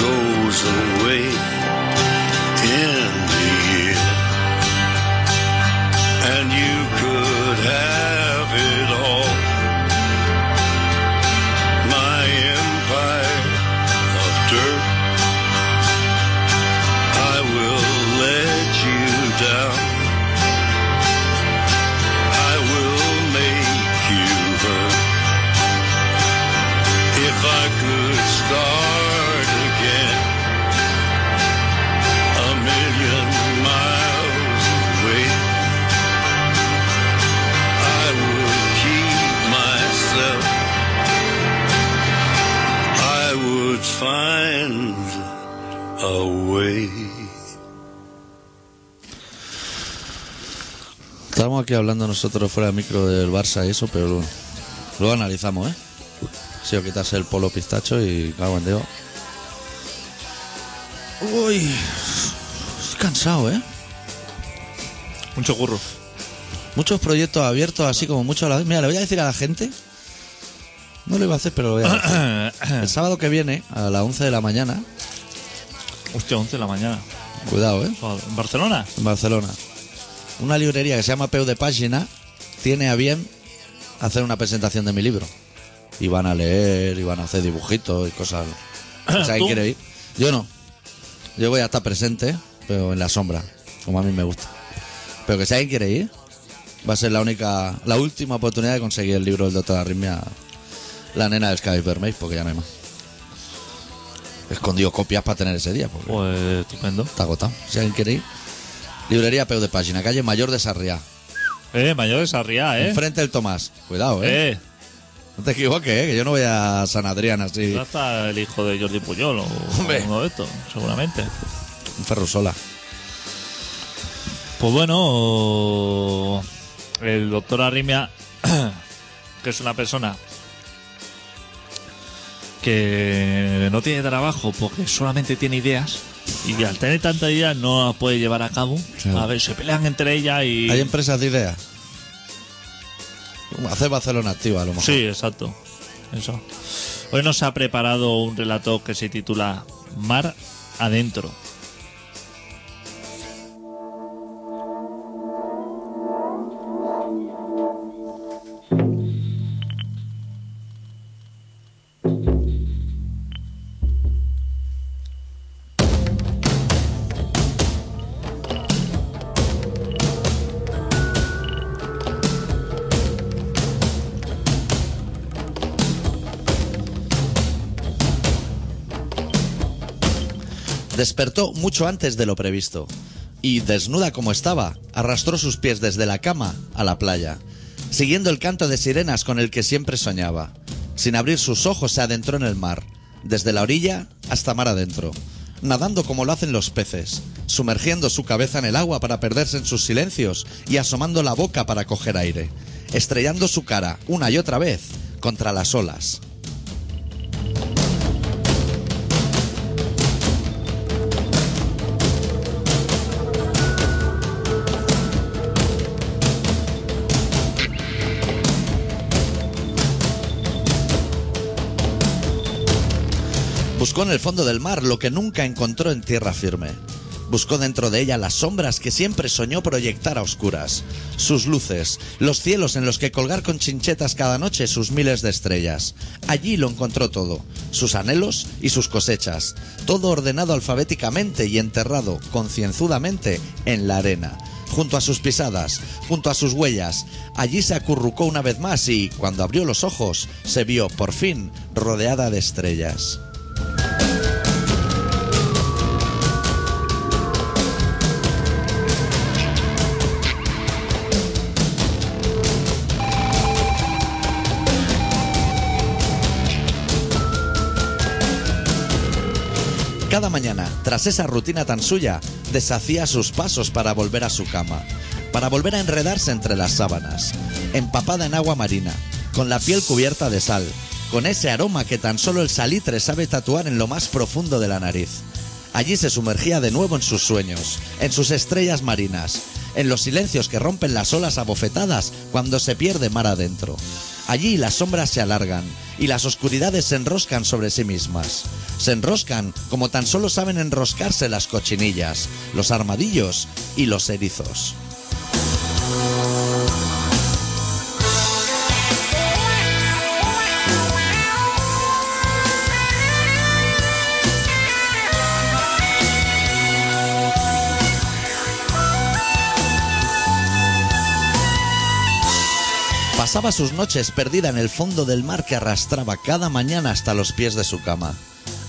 goes away in the year. And you could have it all. My empire of dirt. I will let you down. I will make you hurt. If I could start again a million miles away, I would keep myself. I would find a way. Estamos aquí hablando nosotros fuera del micro del Barça y eso, pero luego, luego analizamos, ¿eh? Si os quitas el polo pistacho y cago en Dios. Uy, estoy cansado, ¿eh? Mucho curro. Muchos proyectos abiertos, así como mucho a la vez. Mira, le voy a decir a la gente. No lo iba a hacer, pero lo voy a hacer. El sábado que viene, a las 11 de la mañana, Hostia, 11 de la mañana. cuidado, ¿eh? Joder, ¿En Barcelona? en Barcelona. Una librería que se llama Peu de Página tiene a bien hacer una presentación de mi libro. Y van a leer, y van a hacer dibujitos y cosas. O sea, ¿quién ¿Tú? quiere ir? Yo no. Yo voy a estar presente, pero en la sombra, como a mí me gusta. Pero que si alguien quiere ir, va a ser la única, la última oportunidad de conseguir el libro del doctor Arritmia, La nena del Sky Vermeil, porque ya no hay más. Escondido copias para tener ese día, porque Pues estupendo. Está agotado. Si alguien quiere ir. Librería Peu de Página, calle Mayor de Sarriá. Eh, mayor de Sarriá, eh. Enfrente del Tomás. Cuidado, ¿eh? Eh, No te equivoques, ¿eh? Que yo no voy a San Adrián así. ya está el hijo de Jordi Puyol o Hombre. uno de estos, seguramente. Un Ferrusola. Pues bueno, el doctor Arrimia, que es una persona que no tiene trabajo porque solamente tiene ideas y al tener tantas ideas no las puede llevar a cabo. Claro. A ver, se pelean entre ellas y... Hay empresas de ideas. Hacer Barcelona activa, a lo mejor. Sí, exacto. Eso. Hoy nos ha preparado un relato que se titula Mar Adentro. Despertó mucho antes de lo previsto y, desnuda como estaba, arrastró sus pies desde la cama a la playa, siguiendo el canto de sirenas con el que siempre soñaba. Sin abrir sus ojos se adentró en el mar, desde la orilla hasta mar adentro, nadando como lo hacen los peces, sumergiendo su cabeza en el agua para perderse en sus silencios y asomando la boca para coger aire, estrellando su cara una y otra vez contra las olas. Buscó en el fondo del mar lo que nunca encontró en tierra firme. Buscó dentro de ella las sombras que siempre soñó proyectar a oscuras, sus luces, los cielos en los que colgar con chinchetas cada noche sus miles de estrellas. Allí lo encontró todo, sus anhelos y sus cosechas, todo ordenado alfabéticamente y enterrado concienzudamente en la arena, junto a sus pisadas, junto a sus huellas. Allí se acurrucó una vez más y, cuando abrió los ojos, se vio, por fin, rodeada de estrellas. Cada mañana, tras esa rutina tan suya, deshacía sus pasos para volver a su cama, para volver a enredarse entre las sábanas, empapada en agua marina, con la piel cubierta de sal, con ese aroma que tan solo el salitre sabe tatuar en lo más profundo de la nariz. Allí se sumergía de nuevo en sus sueños, en sus estrellas marinas, en los silencios que rompen las olas abofetadas cuando se pierde mar adentro. Allí las sombras se alargan y las oscuridades se enroscan sobre sí mismas. Se enroscan como tan solo saben enroscarse las cochinillas, los armadillos y los erizos. Pasaba sus noches perdida en el fondo del mar que arrastraba cada mañana hasta los pies de su cama.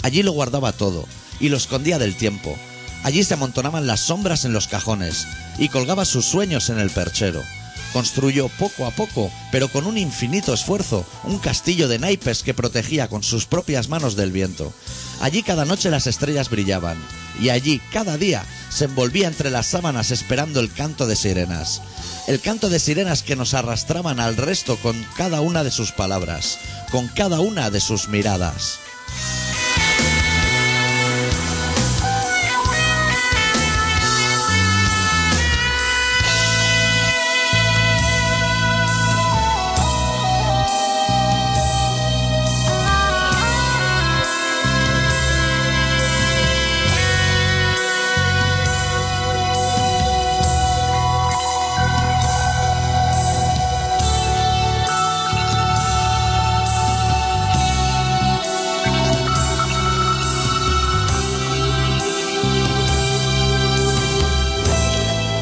Allí lo guardaba todo y lo escondía del tiempo. Allí se amontonaban las sombras en los cajones y colgaba sus sueños en el perchero. Construyó poco a poco, pero con un infinito esfuerzo, un castillo de naipes que protegía con sus propias manos del viento. Allí cada noche las estrellas brillaban y allí cada día se envolvía entre las sábanas esperando el canto de sirenas. El canto de sirenas que nos arrastraban al resto con cada una de sus palabras, con cada una de sus miradas.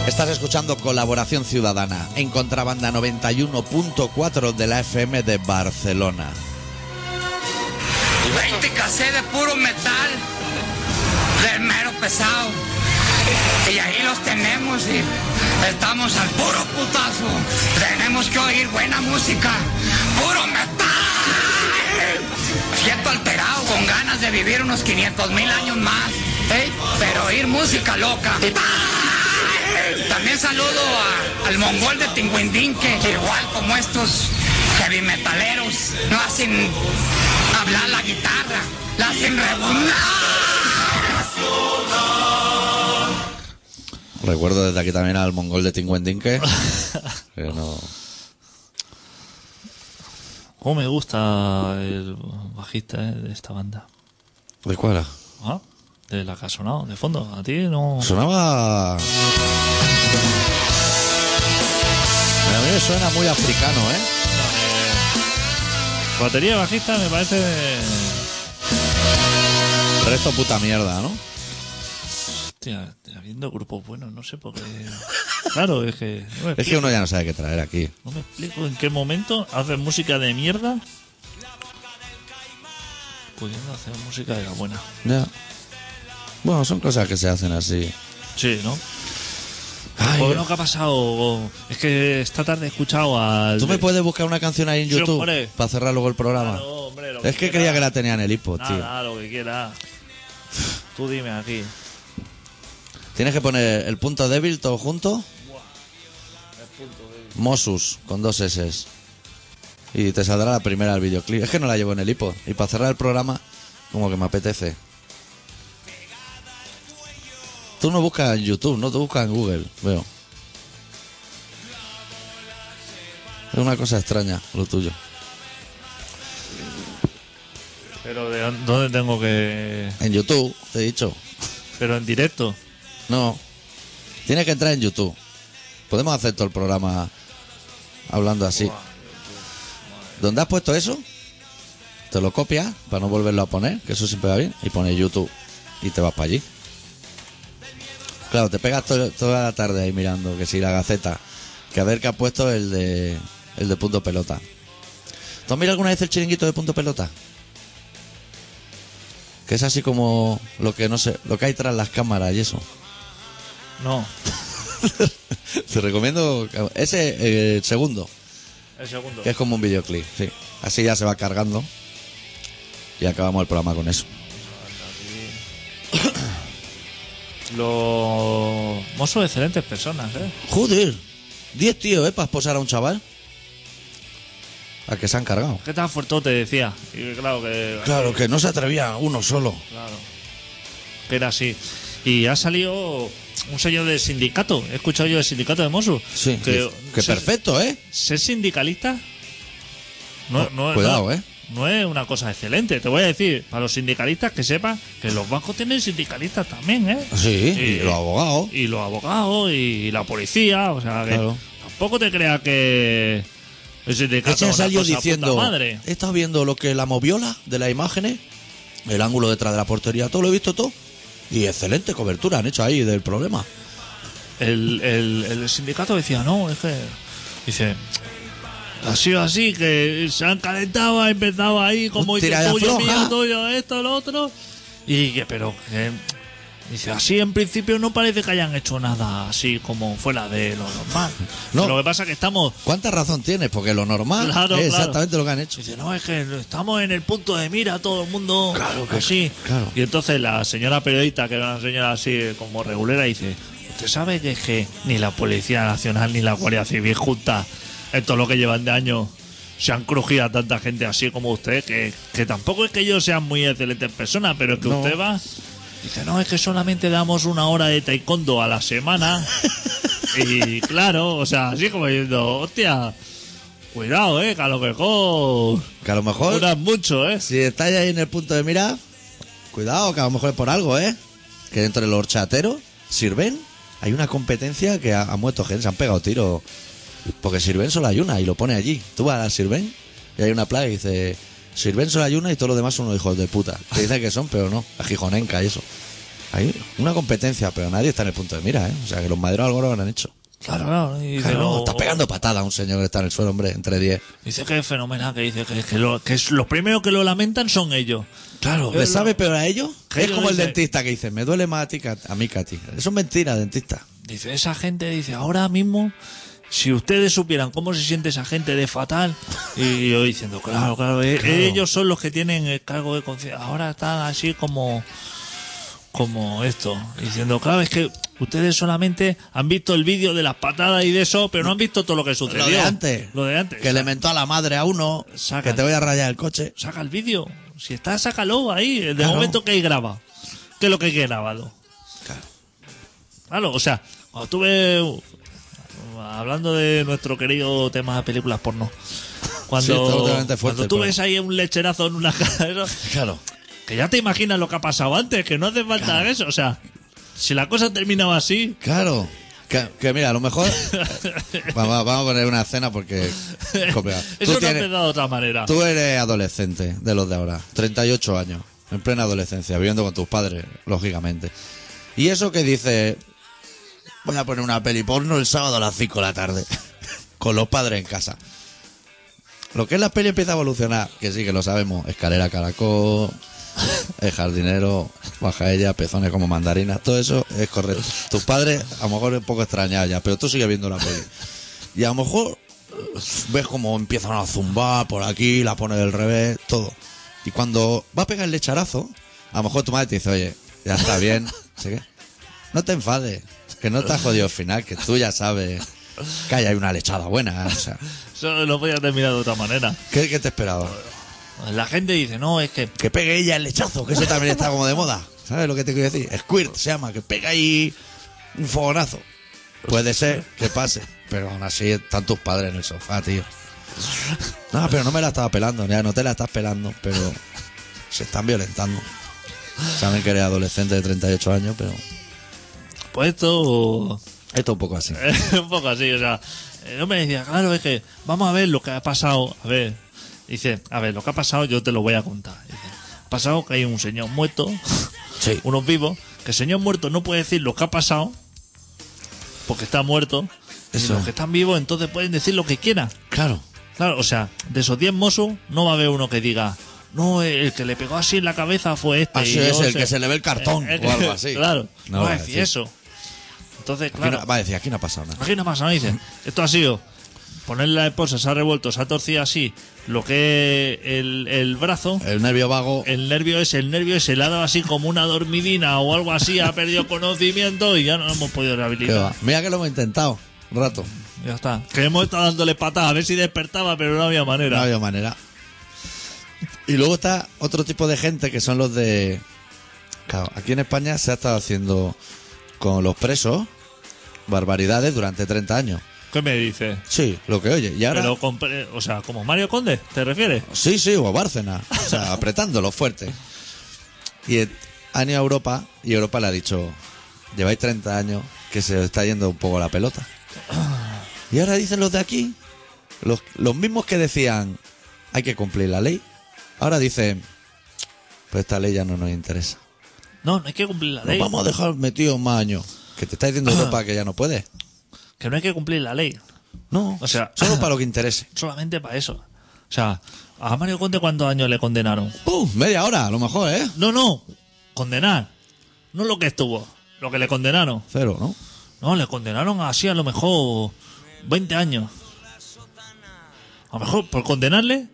Estás escuchando Colaboración Ciudadana en Contrabanda 91.4 de la FM de Barcelona. 20 cassettes de puro metal, del mero pesado. Y ahí los tenemos y estamos al puro putazo. Tenemos que oír buena música, puro metal. Siento alterado, con ganas de vivir unos 500 mil años más, ¿eh? pero oír música loca. También saludo a- al mongol de Tinguindín, que igual como estos heavy metaleros, no hacen hablar la guitarra, la hacen rebuznar. Recuerdo desde aquí también al mongol de Tinguendinque. que no- ¿Cómo me gusta el bajista eh, de esta banda? ¿De cuál era? Ah, de la que ha sonado, de fondo. A ti no. Sonaba. A mí me suena muy africano, ¿eh? Batería y bajista me parece. Pero esto puta mierda, ¿no? Hostia, habiendo grupos buenos, no sé por qué. Claro, es que. No me, Es que explico, uno ya no sabe qué traer aquí. no me explico en qué momento hacen música de mierda. Pudiendo hacer música de la buena. Ya. Bueno, son cosas que se hacen así. Sí, ¿no? Ay, o lo que ha pasado. Es que esta tarde he escuchado al. ¿Tú me puedes buscar una canción ahí en Sí, YouTube hombre. para cerrar luego el programa? Claro, hombre, lo es que quiera. creía que la tenía en el iPod, tío. Nada, lo que quiera. Tú dime aquí. Tienes que poner el punto débil todo junto. Mosus con dos S. Y te saldrá la primera del videoclip. Es que no la llevo en el iPod. Y para cerrar el programa, como que me apetece. Tú no buscas en YouTube, no te buscas en Google, veo. Es una cosa extraña lo tuyo. Pero ¿de dónde- dónde tengo que.? En YouTube, te he dicho. Pero en directo. No. Tienes que entrar en YouTube. Podemos hacer todo el programa hablando así. ¿Dónde has puesto eso? Te lo copias para no volverlo a poner, que eso siempre va bien, y pones YouTube y te vas para allí. Claro, te pegas to- toda la tarde ahí mirando, que si la gaceta, que a ver que ha puesto el de, el de punto pelota. ¿Tú has mirado alguna vez el chiringuito de punto pelota? Que es así como lo que no sé, lo que hay tras las cámaras y eso. No. Te recomiendo ese eh, el segundo, El segundo. que es como un videoclip, sí. Así ya se va cargando. Y acabamos el programa con eso. Los. Mosos, excelentes personas, ¿eh? Joder, 10 tíos, ¿eh? Para esposar a un chaval. A que se han cargado. Que tan fuertote decía. Y claro que. Claro, que no se atrevía uno solo. Claro. Que era así. Y ha salido un sello del sindicato. He escuchado yo del sindicato de Mosu. Sí, que, que ser- perfecto, ¿eh? Ser sindicalista. No, no- cuidado, no- ¿eh? No es una cosa excelente. Te voy a decir, para los sindicalistas que sepan que los bancos tienen sindicalistas también, ¿eh? Sí, y los abogados. Y los abogados y la policía. O sea, que Claro. tampoco te creas que. El Ese sindicato es una Este salió cosa puta diciendo, Madre. he estado viendo lo que la moviola de las imágenes, el ángulo detrás de la portería, todo lo he visto todo. Y excelente cobertura han hecho ahí del problema. el, el- el sindicato decía, no, es que. Dice. Ha sido así, que se han calentado, ha empezado ahí, como Un dice tira y tuyo, afloja. mío, tuyo, esto, lo otro. Y que, pero que. Dice, así en principio no parece que hayan hecho nada así como fuera de lo normal. No. Lo que pasa es que estamos ¿Cuánta razón tienes? Porque lo normal Claro, es claro. exactamente lo que han hecho. Dice, no, es que estamos en el punto de mira, todo el mundo Claro que- así. claro. Y entonces la señora periodista, que era una señora así como regulera, dice, usted sabe que es que ni la Policía Nacional ni la Guardia Civil juntas, en todo lo que llevan de años, se han crujido a tanta gente así como usted, que, que tampoco es que ellos sean muy excelentes personas, pero es que No. usted va... Dice, no, es que solamente damos una hora de taekwondo a la semana. y claro, o sea, así como diciendo, hostia, cuidado, eh, que a lo mejor Que a lo mejor, duran mucho, eh. si estáis ahí en el punto de mira, cuidado, que a lo mejor es por algo, ¿eh? Que dentro de los horchateros sirven. Hay una competencia que ha, ha muerto gente, se han pegado tiros. Porque sirven solo hay una y lo pone allí. Tú vas a sirven y hay una plaga que dice: sirven solo hay una y todos los demás son unos hijos de puta. Te dicen que son, pero no. La gijonenca y eso. Hay una competencia, pero nadie está en el punto de mira, ¿eh? O sea que los maderos algo lo han hecho. Claro, claro. Y dice, Claro, no, está pegando patada a un señor que está en el suelo, hombre, entre 10. Dice que es fenomenal, que dice que, que lo- que es, los primeros que lo lamentan son ellos. Claro, ¿Le sabe peor a ellos? que Es ellos como el dicen- dentista que dice, me duele más a ti que a, a mí que a ti. Eso es mentira, dentista. Dice, esa gente, dice, ahora mismo, si ustedes supieran cómo se siente esa gente de fatal, y yo diciendo, claro, claro, e- Claro. ellos son los que tienen el cargo de conciencia. Ahora están así como, como esto, diciendo, claro, es que ustedes solamente han visto el vídeo de las patadas y de eso, pero no han visto todo lo que sucedió. Lo de antes. Lo de antes. Que le mentó a la madre a uno, Saca. que te voy a rayar el coche. saca el vídeo. Si está, sácalo ahí, de Claro. momento que hay grabado. Que es lo que hay grabado. Claro. Claro, o sea, cuando tú ves. Hablando de nuestro querido tema de películas porno. Sí, está Cuando, totalmente fuerte, cuando tú pero- ves ahí un lecherazo en una cara, eso, Claro. que ya te imaginas lo que ha pasado antes, que no hace falta eso. O sea, si la cosa terminaba así, Claro. Que, que mira, a lo mejor... vamos, vamos a poner una escena porque... es complicado. Tú eso no tienes- te da de otra manera. Tú eres adolescente de los de ahora, 38 años, en plena adolescencia, viviendo con tus padres, lógicamente. Y eso que dice, voy a poner una peli porno el sábado a las 5 de la tarde, con los padres en casa. Lo que es la peli empieza a evolucionar, que sí, que lo sabemos, escalera caracol, el jardinero, baja ella, pezones como mandarinas, todo eso es correcto. Tus padres a lo mejor es un poco extrañados ya, pero tú sigues viendo la peli. Y a lo mejor eh, ves como empiezan a zumbar por aquí, la pone del revés, todo. Y cuando va a pegar el lecharazo, a lo mejor tu madre te dice, oye, ya está bien, no sé qué. No te enfades, que no te has jodido al final, que tú ya sabes que ahí hay una lechada buena. o sea, Eso lo podía terminar de otra manera. ¿qué, qué te esperaba? La gente dice, no, es que Que pegue ella el lechazo, que eso también está como de moda. ¿Sabes lo que te quiero decir? Squirt se llama, que pega ahí un fogonazo. Puede ser que pase, pero aún así están tus padres en el sofá, tío. No, pero no me la estaba pelando, ya no te la estás pelando, pero se están violentando. Saben que eres adolescente de 38 años, pero pues esto esto es un poco así. Es un poco así, o sea, el hombre decía, claro, es que vamos a ver lo que ha pasado. A ver, dice, a ver, lo que ha pasado yo te lo voy a contar. Dice, ha pasado que hay un señor muerto, Sí. unos vivos, que el señor muerto no puede decir lo que ha pasado, porque está muerto, y Eso. los que están vivos entonces pueden decir lo que quieran. Claro. Claro, o sea, de esos 10 mozos no va a haber uno que diga, no, el que le pegó así en la cabeza fue este. Así y es, yo el sé". que se le ve el cartón El- el o que- algo así. Claro, No no, lo va va a a decir decir. eso. Entonces, Aquí claro, no- va a decir, aquí no ha pasado nada. Aquí no pasa nada, dice. Esto ha sido poner la esposa, se ha revuelto, se ha torcido así, lo que es el, el brazo. El nervio vago. El nervio es el nervio se le ha dado así como una dormidina o algo así, ha perdido conocimiento y ya no lo hemos podido que va. rehabilitar. Mira que lo hemos intentado. Un rato. Ya está. Que hemos estado dándole patadas a ver si despertaba, pero no había No manera. había manera. Y luego está otro tipo de gente que son los de. Claro, aquí en España se ha estado haciendo con los presos barbaridades durante 30 años. ¿Qué me dices? Sí, lo que oye. Y ahora. Pero con pre- o sea, como Mario Conde, ¿te refieres? Sí, sí, o Bárcena. O sea, apretándolo fuerte. Y eh, han ido a Europa y Europa le ha dicho: Lleváis 30 años que se os está yendo un poco la pelota. Y ahora dicen los de aquí, los, los mismos que decían: Hay que cumplir la ley. Ahora dicen: Pues esta ley ya no nos interesa. No, no hay que cumplir la Nos ley. Ah. vamos a dejar metidos más años. Que te está diciendo Europa que ya no puede. Que no hay que cumplir la ley. No, O sea- solo para lo que interese. Solamente para eso. O sea, a Mario Conde, ¿cuántos años le condenaron? ¡Pum! Media hora, a lo mejor, ¿eh? No, no. Condenar. No lo que estuvo. Lo que le condenaron. Cero, ¿no? No, le condenaron así a lo mejor 20 años. A lo mejor por condenarle.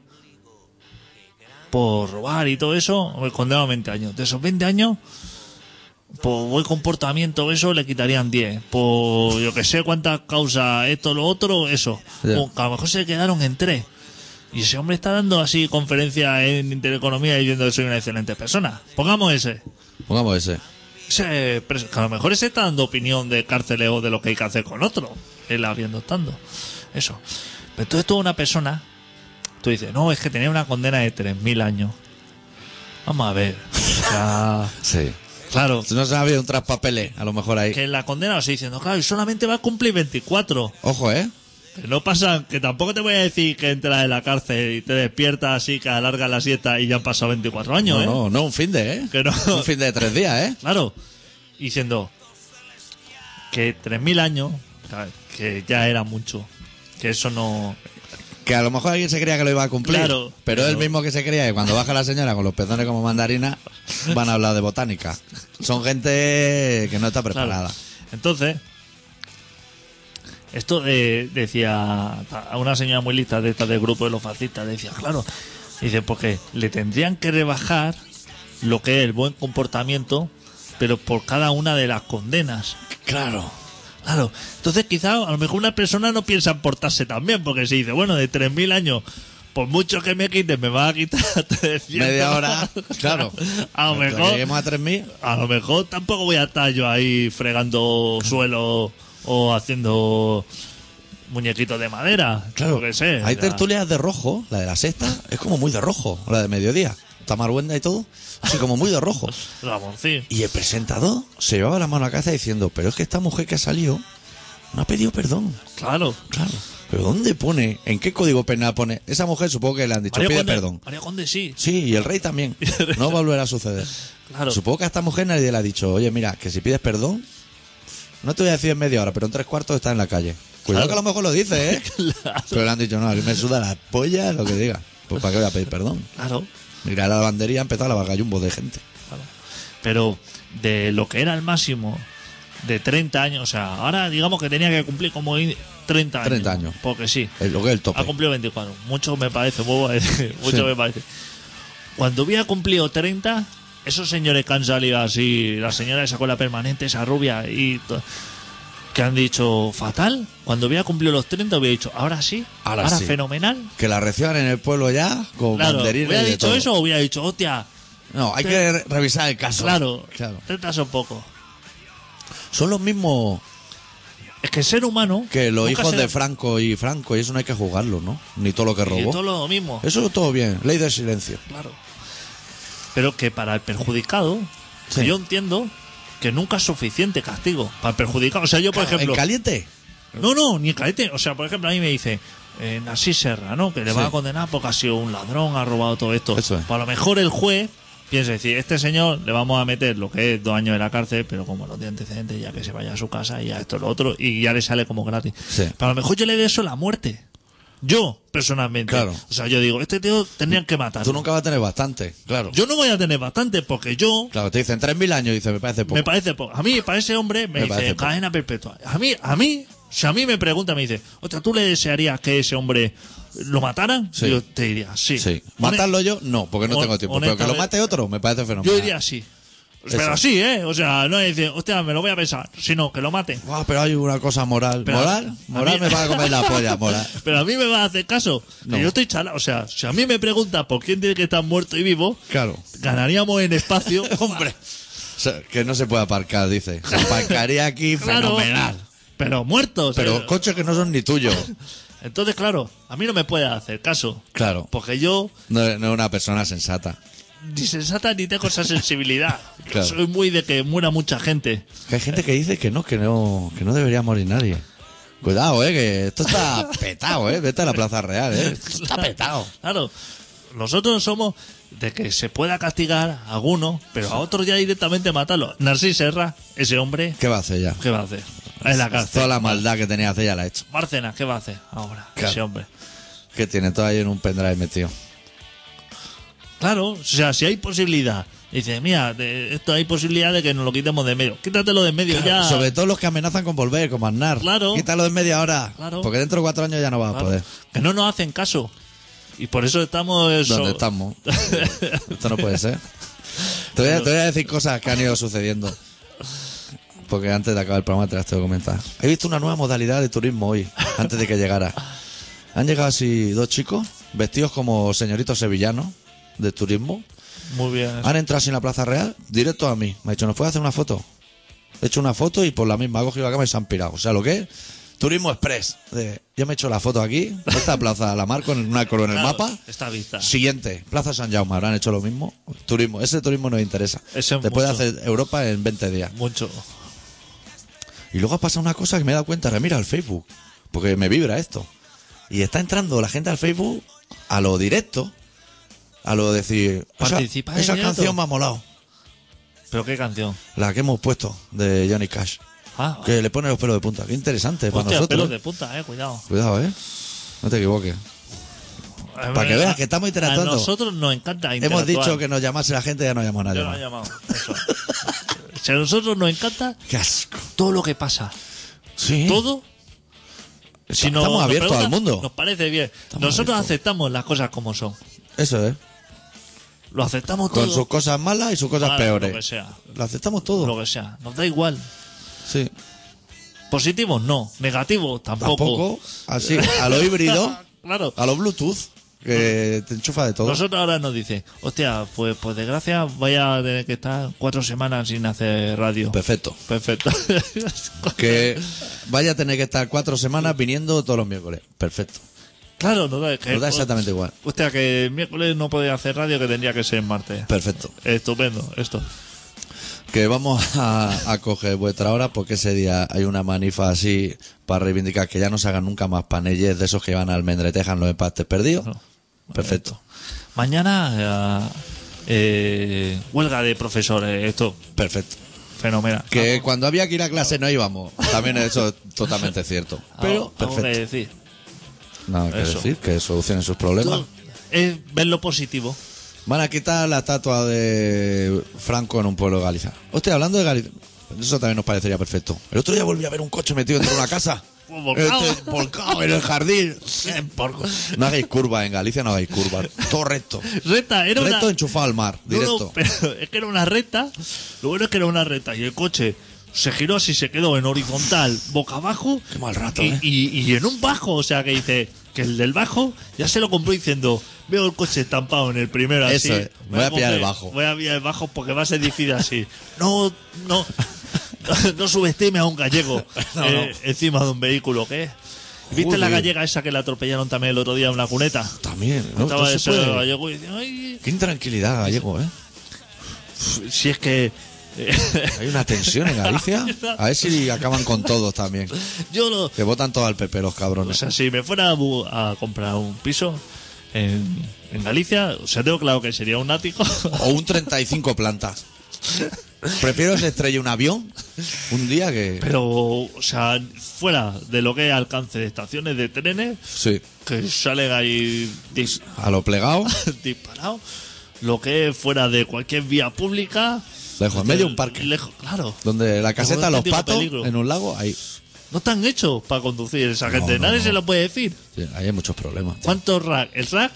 Por robar y todo eso. Le condenaron 20 años. De esos 20 años. Por buen comportamiento, eso le quitarían 10. Por yo que sé cuántas causas, esto, lo otro, eso. Ya. O que a lo mejor se quedaron en 3. Y ese hombre está dando así conferencias en Intereconomía diciendo que soy una excelente persona. Pongamos ese. Pongamos ese. Ese preso- que a lo mejor se está dando opinión de cárceles o de lo que hay que hacer con otro. Él habiendo estando. Eso. Pero tú esto una persona, tú dices, no, es que tenía una condena de 3.000 años. Vamos a ver. O sea, Sí. claro, No se ha habido un traspapeles, a lo mejor ahí. que la condena lo estoy diciendo, claro, y solamente va a cumplir 24. Ojo, ¿eh? Que no pasa, que tampoco te voy a decir que entras en la cárcel y te despiertas así, que alargas la siesta y ya han pasado 24 años, No, ¿eh? no, no un fin de, ¿eh? Que no. Un fin de tres días, ¿eh? Claro. Y Diciendo que 3.000 años, claro, que ya era mucho. Que eso no... Que a lo mejor alguien se creía que lo iba a cumplir. Claro. Pero Pero- él mismo que se creía que cuando baja la señora con los pezones como mandarina, van a hablar de botánica. Son gente que no está claro. preparada. Entonces, esto de- decía a una señora muy lista de esta del grupo de los fascistas, decía, claro, dice, porque le tendrían que rebajar lo que es el buen comportamiento, pero por cada una de las condenas. Claro. Claro, entonces quizá a lo mejor una persona no piensa en portarse tan bien, porque si dice, bueno, de 3.000 años, por mucho que me quiten, me va a quitar 300. Media hora, claro. A lo Cuando mejor, Lleguemos a 3.000. a lo mejor tampoco voy a estar yo ahí fregando suelo o haciendo muñequitos de madera. Claro. yo qué sé. Hay Ya. tertulias de rojo, la de la sexta, es como muy de rojo, la de mediodía. Tamar Buenda y todo, así como muy de rojo. Ramoncín. Y el presentador se llevaba la mano a la cabeza diciendo, pero es que esta mujer que ha salido no ha pedido perdón. Claro. Claro. Pero ¿dónde pone? ¿En qué código penal pone? Esa mujer supongo que le han dicho, María pide Conde- perdón. María Conde sí. Sí, y el rey también. No volverá a suceder. Claro. Supongo que a esta mujer nadie le ha dicho, oye, mira, que si pides perdón, no te voy a decir en media hora, pero en tres cuartos está en la calle. Cuidado Claro. que a lo mejor lo dice, ¿eh? Pero le han dicho, no, a mí me suda la polla lo que diga. Pues ¿para qué voy a pedir perdón? Claro. Mira, la lavandería ha empezado a lavar gallumbos de gente. Pero de lo que era el máximo de 30 años, o sea, ahora digamos que tenía que cumplir como in- 30 años. 30 años. Porque sí. Es lo que es el tope. Ha cumplido 24. Mucho me parece, vuelvo a decir, mucho Sí. me parece. Cuando hubiera cumplido 30, esos señores que han salido así, la señora esa cola permanente, esa rubia y to- que han dicho fatal, cuando hubiera cumplido los 30 hubiera dicho, ahora sí, Ahora ahora, sí. fenomenal. Que la reciban en el pueblo ya con Claro, banderines hubiera y de dicho todo. eso o hubiera dicho, hostia, No, hay que re- revisar el caso. claro, Claro. 30 son poco. Son los mismos Es que el ser humano... que los nunca hijos será- de Franco y Franco, y eso no hay que juzgarlo, ¿no? Ni todo lo que y robó. todo lo mismo. Eso todo bien, ley del silencio. Claro. Pero que para el perjudicado, Sí. que yo entiendo que nunca es suficiente castigo para el perjudicado. O sea, yo, por Claro, ejemplo. ¿En caliente? No, no, ni en caliente. O sea, por ejemplo, a mí me dice. Eh, Narcís Serra, ¿no? Que le Sí. va a condenar porque ha sido un ladrón, ha robado todo esto. Eso es. Pues a lo mejor el juez piensa decir, este señor le vamos a meter lo que es dos años en la cárcel, pero como no tiene antecedentes, ya que se vaya a su casa y ya esto lo otro, y ya le sale como gratis. Sí. Pero a lo mejor yo le doy eso la muerte. Yo, personalmente. Claro. O sea, yo digo, este tío tendrían que matar. Tú nunca vas a tener bastante, claro. Yo no voy a tener bastante porque yo Claro, te dicen 3.000 años y dices, me parece poco. me parece po- a mí para ese hombre Me me, dice parece poco. cadena perpetua. A mí a mí si a mí me pregunta me dice, "Otra, tú le desearías que ese hombre lo mataran?" Sí. Yo te diría, "Sí." Sí. Hone- ¿Matarlo yo? No, porque no Hon- tengo tiempo. Pero que lo honestamente- mate otro, me parece fenomenal. Yo diría sí. Pero así, ¿eh? O sea, no es decir, hostia, me lo voy a pensar, sino que lo mate. Buah, Ah, pero hay una cosa moral. Pero- ¿Moral? a Moral mí- me va a comer la polla, moral. Pero a mí me va a hacer caso. que No. Yo estoy chala. O sea, si a mí me pregunta por quién tiene que estar muerto y vivo, Claro. ganaríamos en espacio. Hombre, O sea, que no se puede aparcar, dice. Se aparcaría aquí claro. fenomenal. Pero muertos. Pero eh. coches que no son ni tuyos. Entonces, claro, a mí no me puede hacer caso. Claro. Porque yo No, no es una persona sensata. ni sensata ni tengo esa sensibilidad. Claro. Soy muy de que muera mucha gente. Que hay gente que dice que no, que no, que no debería morir nadie. Cuidado, eh, que esto está petado, eh. Vete a la Plaza Real, eh. Esto está petado. Claro. Nosotros somos de que se pueda castigar a alguno, pero a otro ya directamente matarlo. Narcís Serra, ese hombre, ¿Qué va a hacer ya? ¿qué va a hacer? En la Toda cárcel. la maldad que tenía hace ya la ha hecho. Bárcenas, ¿qué va a hacer ahora? Claro. Ese hombre. Que tiene todo ahí en un pendrive metido. Claro, o sea, si hay posibilidad. Dice, mira, de- esto hay posibilidad de que nos lo quitemos de en medio. Quítatelo de en medio ya. Sobre todo los que amenazan con volver, con Aznar. Claro. Quítalo en media hora. Claro. Porque dentro de cuatro años ya no vas Claro, a poder. Que no nos hacen caso. Y por eso estamos. eh, so- ¿Dónde estamos? Esto no puede ser. Te voy, a, te voy a decir cosas que han ido sucediendo. Porque antes de acabar el programa te las tengo que comentar. He visto una nueva modalidad de turismo hoy, antes de que llegara. Han llegado así dos chicos, vestidos como señoritos sevillanos de turismo. Muy bien. Han entrado así en la Plaza Real, directo a mí. Me ha dicho, ¿nos puede hacer una foto? He hecho una foto y por la misma ha cogido la cámara y se han pirado. O sea, lo que es turismo express. De, yo me he hecho la foto aquí, esta plaza la marco en una color en el Claro, mapa. Está vista. Siguiente, Plaza San Jaume, habrán hecho lo mismo. Turismo, ese turismo nos interesa. Ese es Después mucho. de hacer Europa en 20 días. Mucho. Y luego ha pasado una cosa que me he dado cuenta, ahora mira el Facebook, porque me vibra esto. Y está entrando la gente al Facebook a lo directo, a lo decir, "Esa- Participa en esa, directo". canción me ha molado, ¿Pero qué canción? la que hemos puesto de Johnny Cash, Ah, que le pone los pelos de punta. Qué interesante para hostia, nosotros. pelos de punta, eh, cuidado. Cuidado, eh. No te equivoques. Para que veas que estamos interactuando. A nosotros nos encanta Hemos interactuar. dicho que nos llamase la gente, ya no llamó nadie. Yo no he más. llamado. Eso. Si a nosotros nos encanta Qué asco. todo lo que pasa. Sí. Todo. Si nos- ¿Eh? Estamos nos abiertos al preguntan, mundo. Nos parece bien. nosotros abiertos. aceptamos las cosas como son. Eso es. Lo aceptamos Con todo. sus cosas malas y sus cosas Ah, peores. Lo que sea. Lo aceptamos todo. Lo que sea. Nos da igual. Sí. Positivos no. Negativos tampoco. Tampoco. Así, a lo híbrido, claro. a lo Bluetooth, que te enchufa de todo. Nosotros ahora nos dice, hostia, pues por desgracia vaya a tener que estar cuatro semanas sin hacer radio. Perfecto. Perfecto. Que vaya a tener que estar cuatro semanas viniendo todos los miércoles. Perfecto. claro, no da, que, pues, Nos da exactamente igual. Hostia, que el miércoles no podía hacer radio, que tendría que ser el martes. Perfecto. Estupendo, esto. Que vamos a, a coger vuestra hora porque ese día hay una manifa así para reivindicar que ya no se hagan nunca más panelles de esos que van al almendreteja en los empastes perdidos. Perfecto. Mañana, eh, eh, huelga de profesores, esto, Perfecto. fenomenal. Que cuando había que ir a clase no íbamos. También eso es totalmente cierto. Pero Algo- algo que perfecto. decir. Nada que Ah, Eso. decir, que solucionen sus problemas. Todo es ver lo positivo. Van a quitar la estatua de Franco en un pueblo de Galicia. Hostia, hablando de Galicia. Eso también nos parecería perfecto. El otro día volví a ver un coche metido dentro de una casa. Pues volcado. Este, volcado en el jardín. No hagáis curvas en Galicia, no hagáis curvas. Todo recto. Recta, era recto una... enchufado al mar, No, directo. no, pero es que era una recta. Lo bueno es que era una recta y el coche se giró así, se quedó en horizontal, boca abajo. Qué mal rato, y, ¿eh? y- y en un bajo, o sea, que dice que el del bajo ya se lo compró diciendo: Veo el coche estampado en el primero así. Eso es, voy a pillar el bajo". Voy a pillar el bajo porque va a ser difícil así. No, no. No subestime a un gallego No, eh, encima de un vehículo, ¿qué? ¿Viste la Joder. gallega esa que la atropellaron también el otro día en una cuneta? También, ¿no? Estaba No se ese puede. gallego y dice, "Ay, Qué intranquilidad, gallego, ¿eh? si es que eh, Hay una tensión en Galicia. A ver si acaban con todos también. yo lo, Que votan todos al PP los o cabrones. sea, si me fuera a, bu- a comprar un piso en, en Galicia, o sea, tengo claro que sería un ático. O un 35 plantas. Prefiero que se estrelle un avión un día que... Pero, o sea, fuera de lo que es alcance de estaciones de trenes, Sí, que salen ahí dis- a lo plegado. disparados, lo que es fuera de cualquier vía pública. Lejos, en medio de un parque. Lejos, claro. Donde la caseta de los auténtico patos, peligro. en un lago, ahí, No están hechos para conducir esa gente. no, Nadie no. se lo puede decir. sí, ahí hay muchos problemas. tío. ¿Cuántos rack? ¿El rack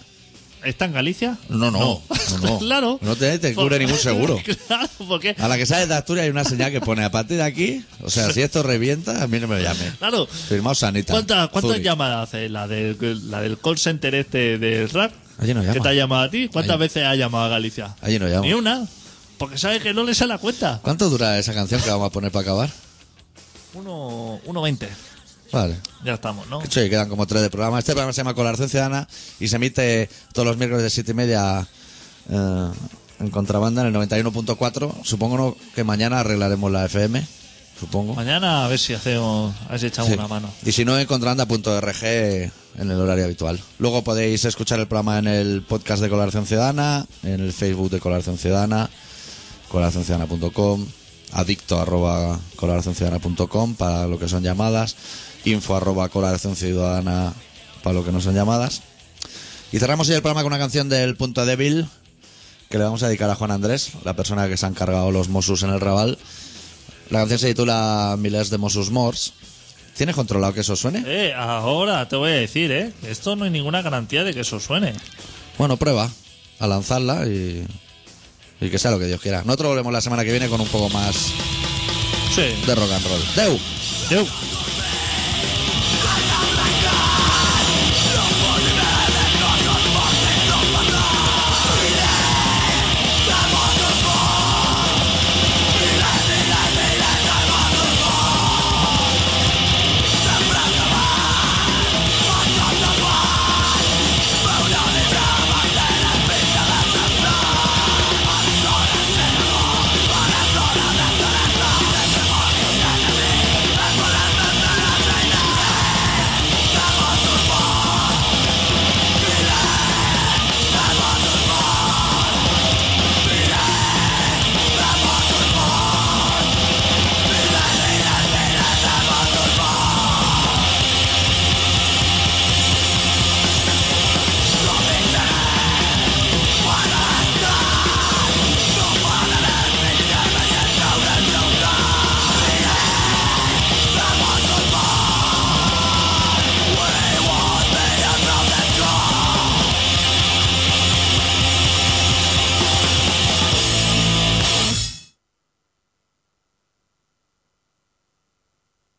está en Galicia? No, no, no, no. claro. No te- te cubre ningún seguro. Ah. claro, porque. A la que sales de Asturias hay una señal que pone a partir de aquí. O sea, si esto revienta, a mí no me lo llame. Claro. Firmado Sanita. ¿Cuántas, cuántas Zurich. llamadas hace la del, la del call center este del rack? Allí no ¿Qué llama. te ha llamado a ti? ¿Cuántas Allí- veces ha llamado a Galicia? Allí no llama. Ni una. Porque sabes que no le sale la cuenta. ¿Cuánto dura esa canción que vamos a poner para acabar? Uno, uno veinte. Vale. Ya estamos, ¿no? Sí, quedan como tres de programa. Este programa se llama Colaboración Ciudadana y se emite todos los miércoles de siete y media eh, en contrabanda en el 91.4. Supongo no- que mañana arreglaremos la FM. Supongo. Mañana a ver si hacemos, a ver si echamos Sí. una mano. Y si no, en contrabanda.org en el horario habitual. Luego podéis escuchar el programa en el podcast de Colaboración Ciudadana, en el Facebook de Colaboración Ciudadana, colaboracionciudadana.com, adicto arroba colaboracionciudadana.com para lo que son llamadas, info arroba colaboración ciudadana para lo que no son llamadas. Y cerramos hoy el programa con una canción del Punto Débil que le vamos a dedicar a Juan Andrés, la persona que se ha encargado los Mosus en el Raval. La canción se titula Miles de Mosus Mors. ¿Tienes controlado que eso suene? Eh, ahora te voy a decir, ¿eh? Esto no hay ninguna garantía de que eso suene. Bueno, prueba a lanzarla y, y que sea lo que Dios quiera. Nosotros volvemos la semana que viene con un poco más Sí. de rock and roll. ¡Deu! Deu.